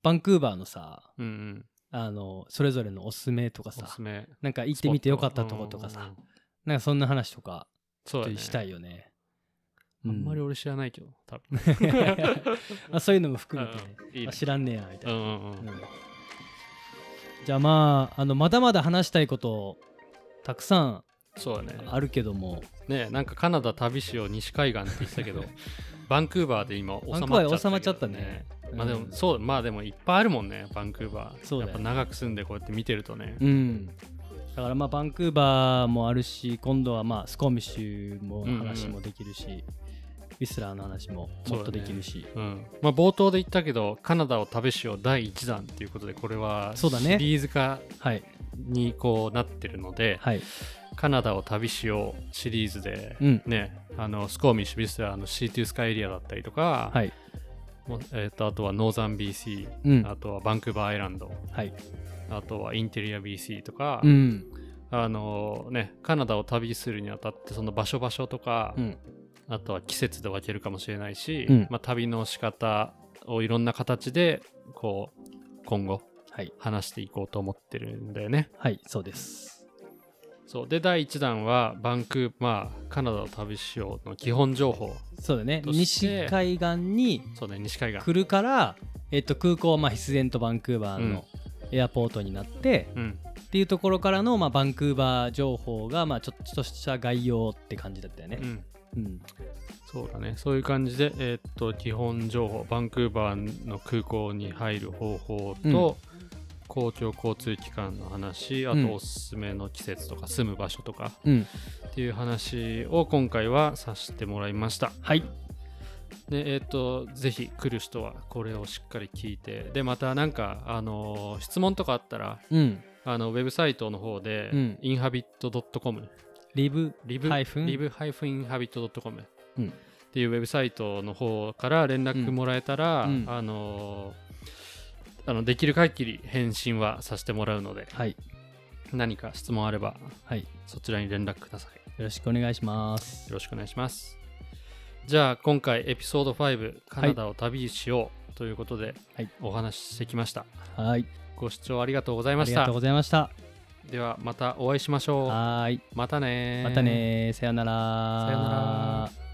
[SPEAKER 2] バンクーバーのさ
[SPEAKER 1] うんうん
[SPEAKER 2] あのそれぞれのおすすめとか
[SPEAKER 1] お
[SPEAKER 2] さ
[SPEAKER 1] すすめ
[SPEAKER 2] なんか行ってみてよかったとことか
[SPEAKER 1] うんう
[SPEAKER 2] さ
[SPEAKER 1] んうん
[SPEAKER 2] なんかそんな話とか
[SPEAKER 1] そうだ
[SPEAKER 2] ちょっ
[SPEAKER 1] ね
[SPEAKER 2] としたいよね。
[SPEAKER 1] あんまり
[SPEAKER 2] う
[SPEAKER 1] 俺知らないけど多分
[SPEAKER 2] まあそういうのも含めてね、
[SPEAKER 1] うんいいね
[SPEAKER 2] あ知らんねえなみた
[SPEAKER 1] う
[SPEAKER 2] い
[SPEAKER 1] ん
[SPEAKER 2] な。
[SPEAKER 1] うんうん
[SPEAKER 2] うんじゃあまああのまだまだ話したいことたくさん
[SPEAKER 1] そうだね
[SPEAKER 2] あるけども
[SPEAKER 1] ねなんかカナダ旅しよう西海岸って言ってた けどバンクーバーで今収まっちゃったけど、
[SPEAKER 2] バンクーバー収まっちゃったね
[SPEAKER 1] まあで
[SPEAKER 2] う
[SPEAKER 1] も
[SPEAKER 2] ん
[SPEAKER 1] そうまあでもいっぱいあるもんねバンクーバー
[SPEAKER 2] そうだよ
[SPEAKER 1] やっぱ長く住んでこうやって見てるとね
[SPEAKER 2] うんだからまあバンクーバーもあるし今度はまあスコーミッシュもの話もできるし、ウィスラーの話ももっとできるし
[SPEAKER 1] うんまあ、冒頭で言ったけどカナダを旅しよう第1弾っていうことでこれはシ
[SPEAKER 2] そうだね
[SPEAKER 1] リーズ化
[SPEAKER 2] はい
[SPEAKER 1] にこうなってるので、
[SPEAKER 2] はい
[SPEAKER 1] カナダを旅しようシリーズで、
[SPEAKER 2] うん
[SPEAKER 1] ね、あのスコーミッシュビスラーのシートゥースカイエリアだったりとか、
[SPEAKER 2] はい
[SPEAKER 1] もうえー、とあとはノーザン BC、
[SPEAKER 2] うん
[SPEAKER 1] あとはバンクーバーアイランド
[SPEAKER 2] はい
[SPEAKER 1] あとはインテリア BC とか、
[SPEAKER 2] うん
[SPEAKER 1] あのね、カナダを旅するにあたってその場所場所とか、
[SPEAKER 2] うん
[SPEAKER 1] あとは季節で分けるかもしれないし、
[SPEAKER 2] うん
[SPEAKER 1] まあ、旅の仕方をいろんな形でこう今後
[SPEAKER 2] はい
[SPEAKER 1] 話していこうと思ってるんだよね。
[SPEAKER 2] はいそうです
[SPEAKER 1] そうで第1弾はバンクーバーカナダを旅しようの基本情報
[SPEAKER 2] そうだね
[SPEAKER 1] そして
[SPEAKER 2] 西海岸に
[SPEAKER 1] そうね西海岸。
[SPEAKER 2] 来るから、えっと、空港はまあ必然とバンクーバーのエアポートになって、
[SPEAKER 1] うん、
[SPEAKER 2] っていうところからの、まあ、バンクーバー情報が、まあ、ちょっとした概要って感じだったよ
[SPEAKER 1] う
[SPEAKER 2] ね。
[SPEAKER 1] ん
[SPEAKER 2] うん
[SPEAKER 1] そうだねそういう感じで、えーっと基本情報バンクーバーの空港に入る方法と、公共交通機関の話あ
[SPEAKER 2] うん
[SPEAKER 1] とおすすめの季節とか住む場所とか
[SPEAKER 2] うん
[SPEAKER 1] っていう話を今回はさせてもらいました。
[SPEAKER 2] はい、
[SPEAKER 1] でえっ、とぜひ来る人はこれをしっかり聞いてでまたなんかあのー質問とかあったら
[SPEAKER 2] うん、
[SPEAKER 1] あのウェブサイトの方で、
[SPEAKER 2] うん
[SPEAKER 1] inhabit.com
[SPEAKER 2] リブ
[SPEAKER 1] リブ
[SPEAKER 2] ハイフン
[SPEAKER 1] リブ -inhabit.com、
[SPEAKER 2] うん
[SPEAKER 1] っていうウェブサイトの方から連絡もらえたら、
[SPEAKER 2] うん
[SPEAKER 1] あのーあのできる限り返信はさせてもらうので
[SPEAKER 2] はい、
[SPEAKER 1] 何か質問あれば
[SPEAKER 2] はい、よ
[SPEAKER 1] そちらに連絡ください
[SPEAKER 2] ろしくお願いします
[SPEAKER 1] よろしくお願いします。じゃあ今回エピソード5カナダを旅しようということで
[SPEAKER 2] はい
[SPEAKER 1] お話ししてきました。
[SPEAKER 2] はい
[SPEAKER 1] ご視聴ありがとうござい
[SPEAKER 2] あ
[SPEAKER 1] ま
[SPEAKER 2] り
[SPEAKER 1] し
[SPEAKER 2] が
[SPEAKER 1] た
[SPEAKER 2] とう。ございました
[SPEAKER 1] ではまたお会いしましょう。
[SPEAKER 2] はーい
[SPEAKER 1] またねー
[SPEAKER 2] またねーさよなら
[SPEAKER 1] さよなら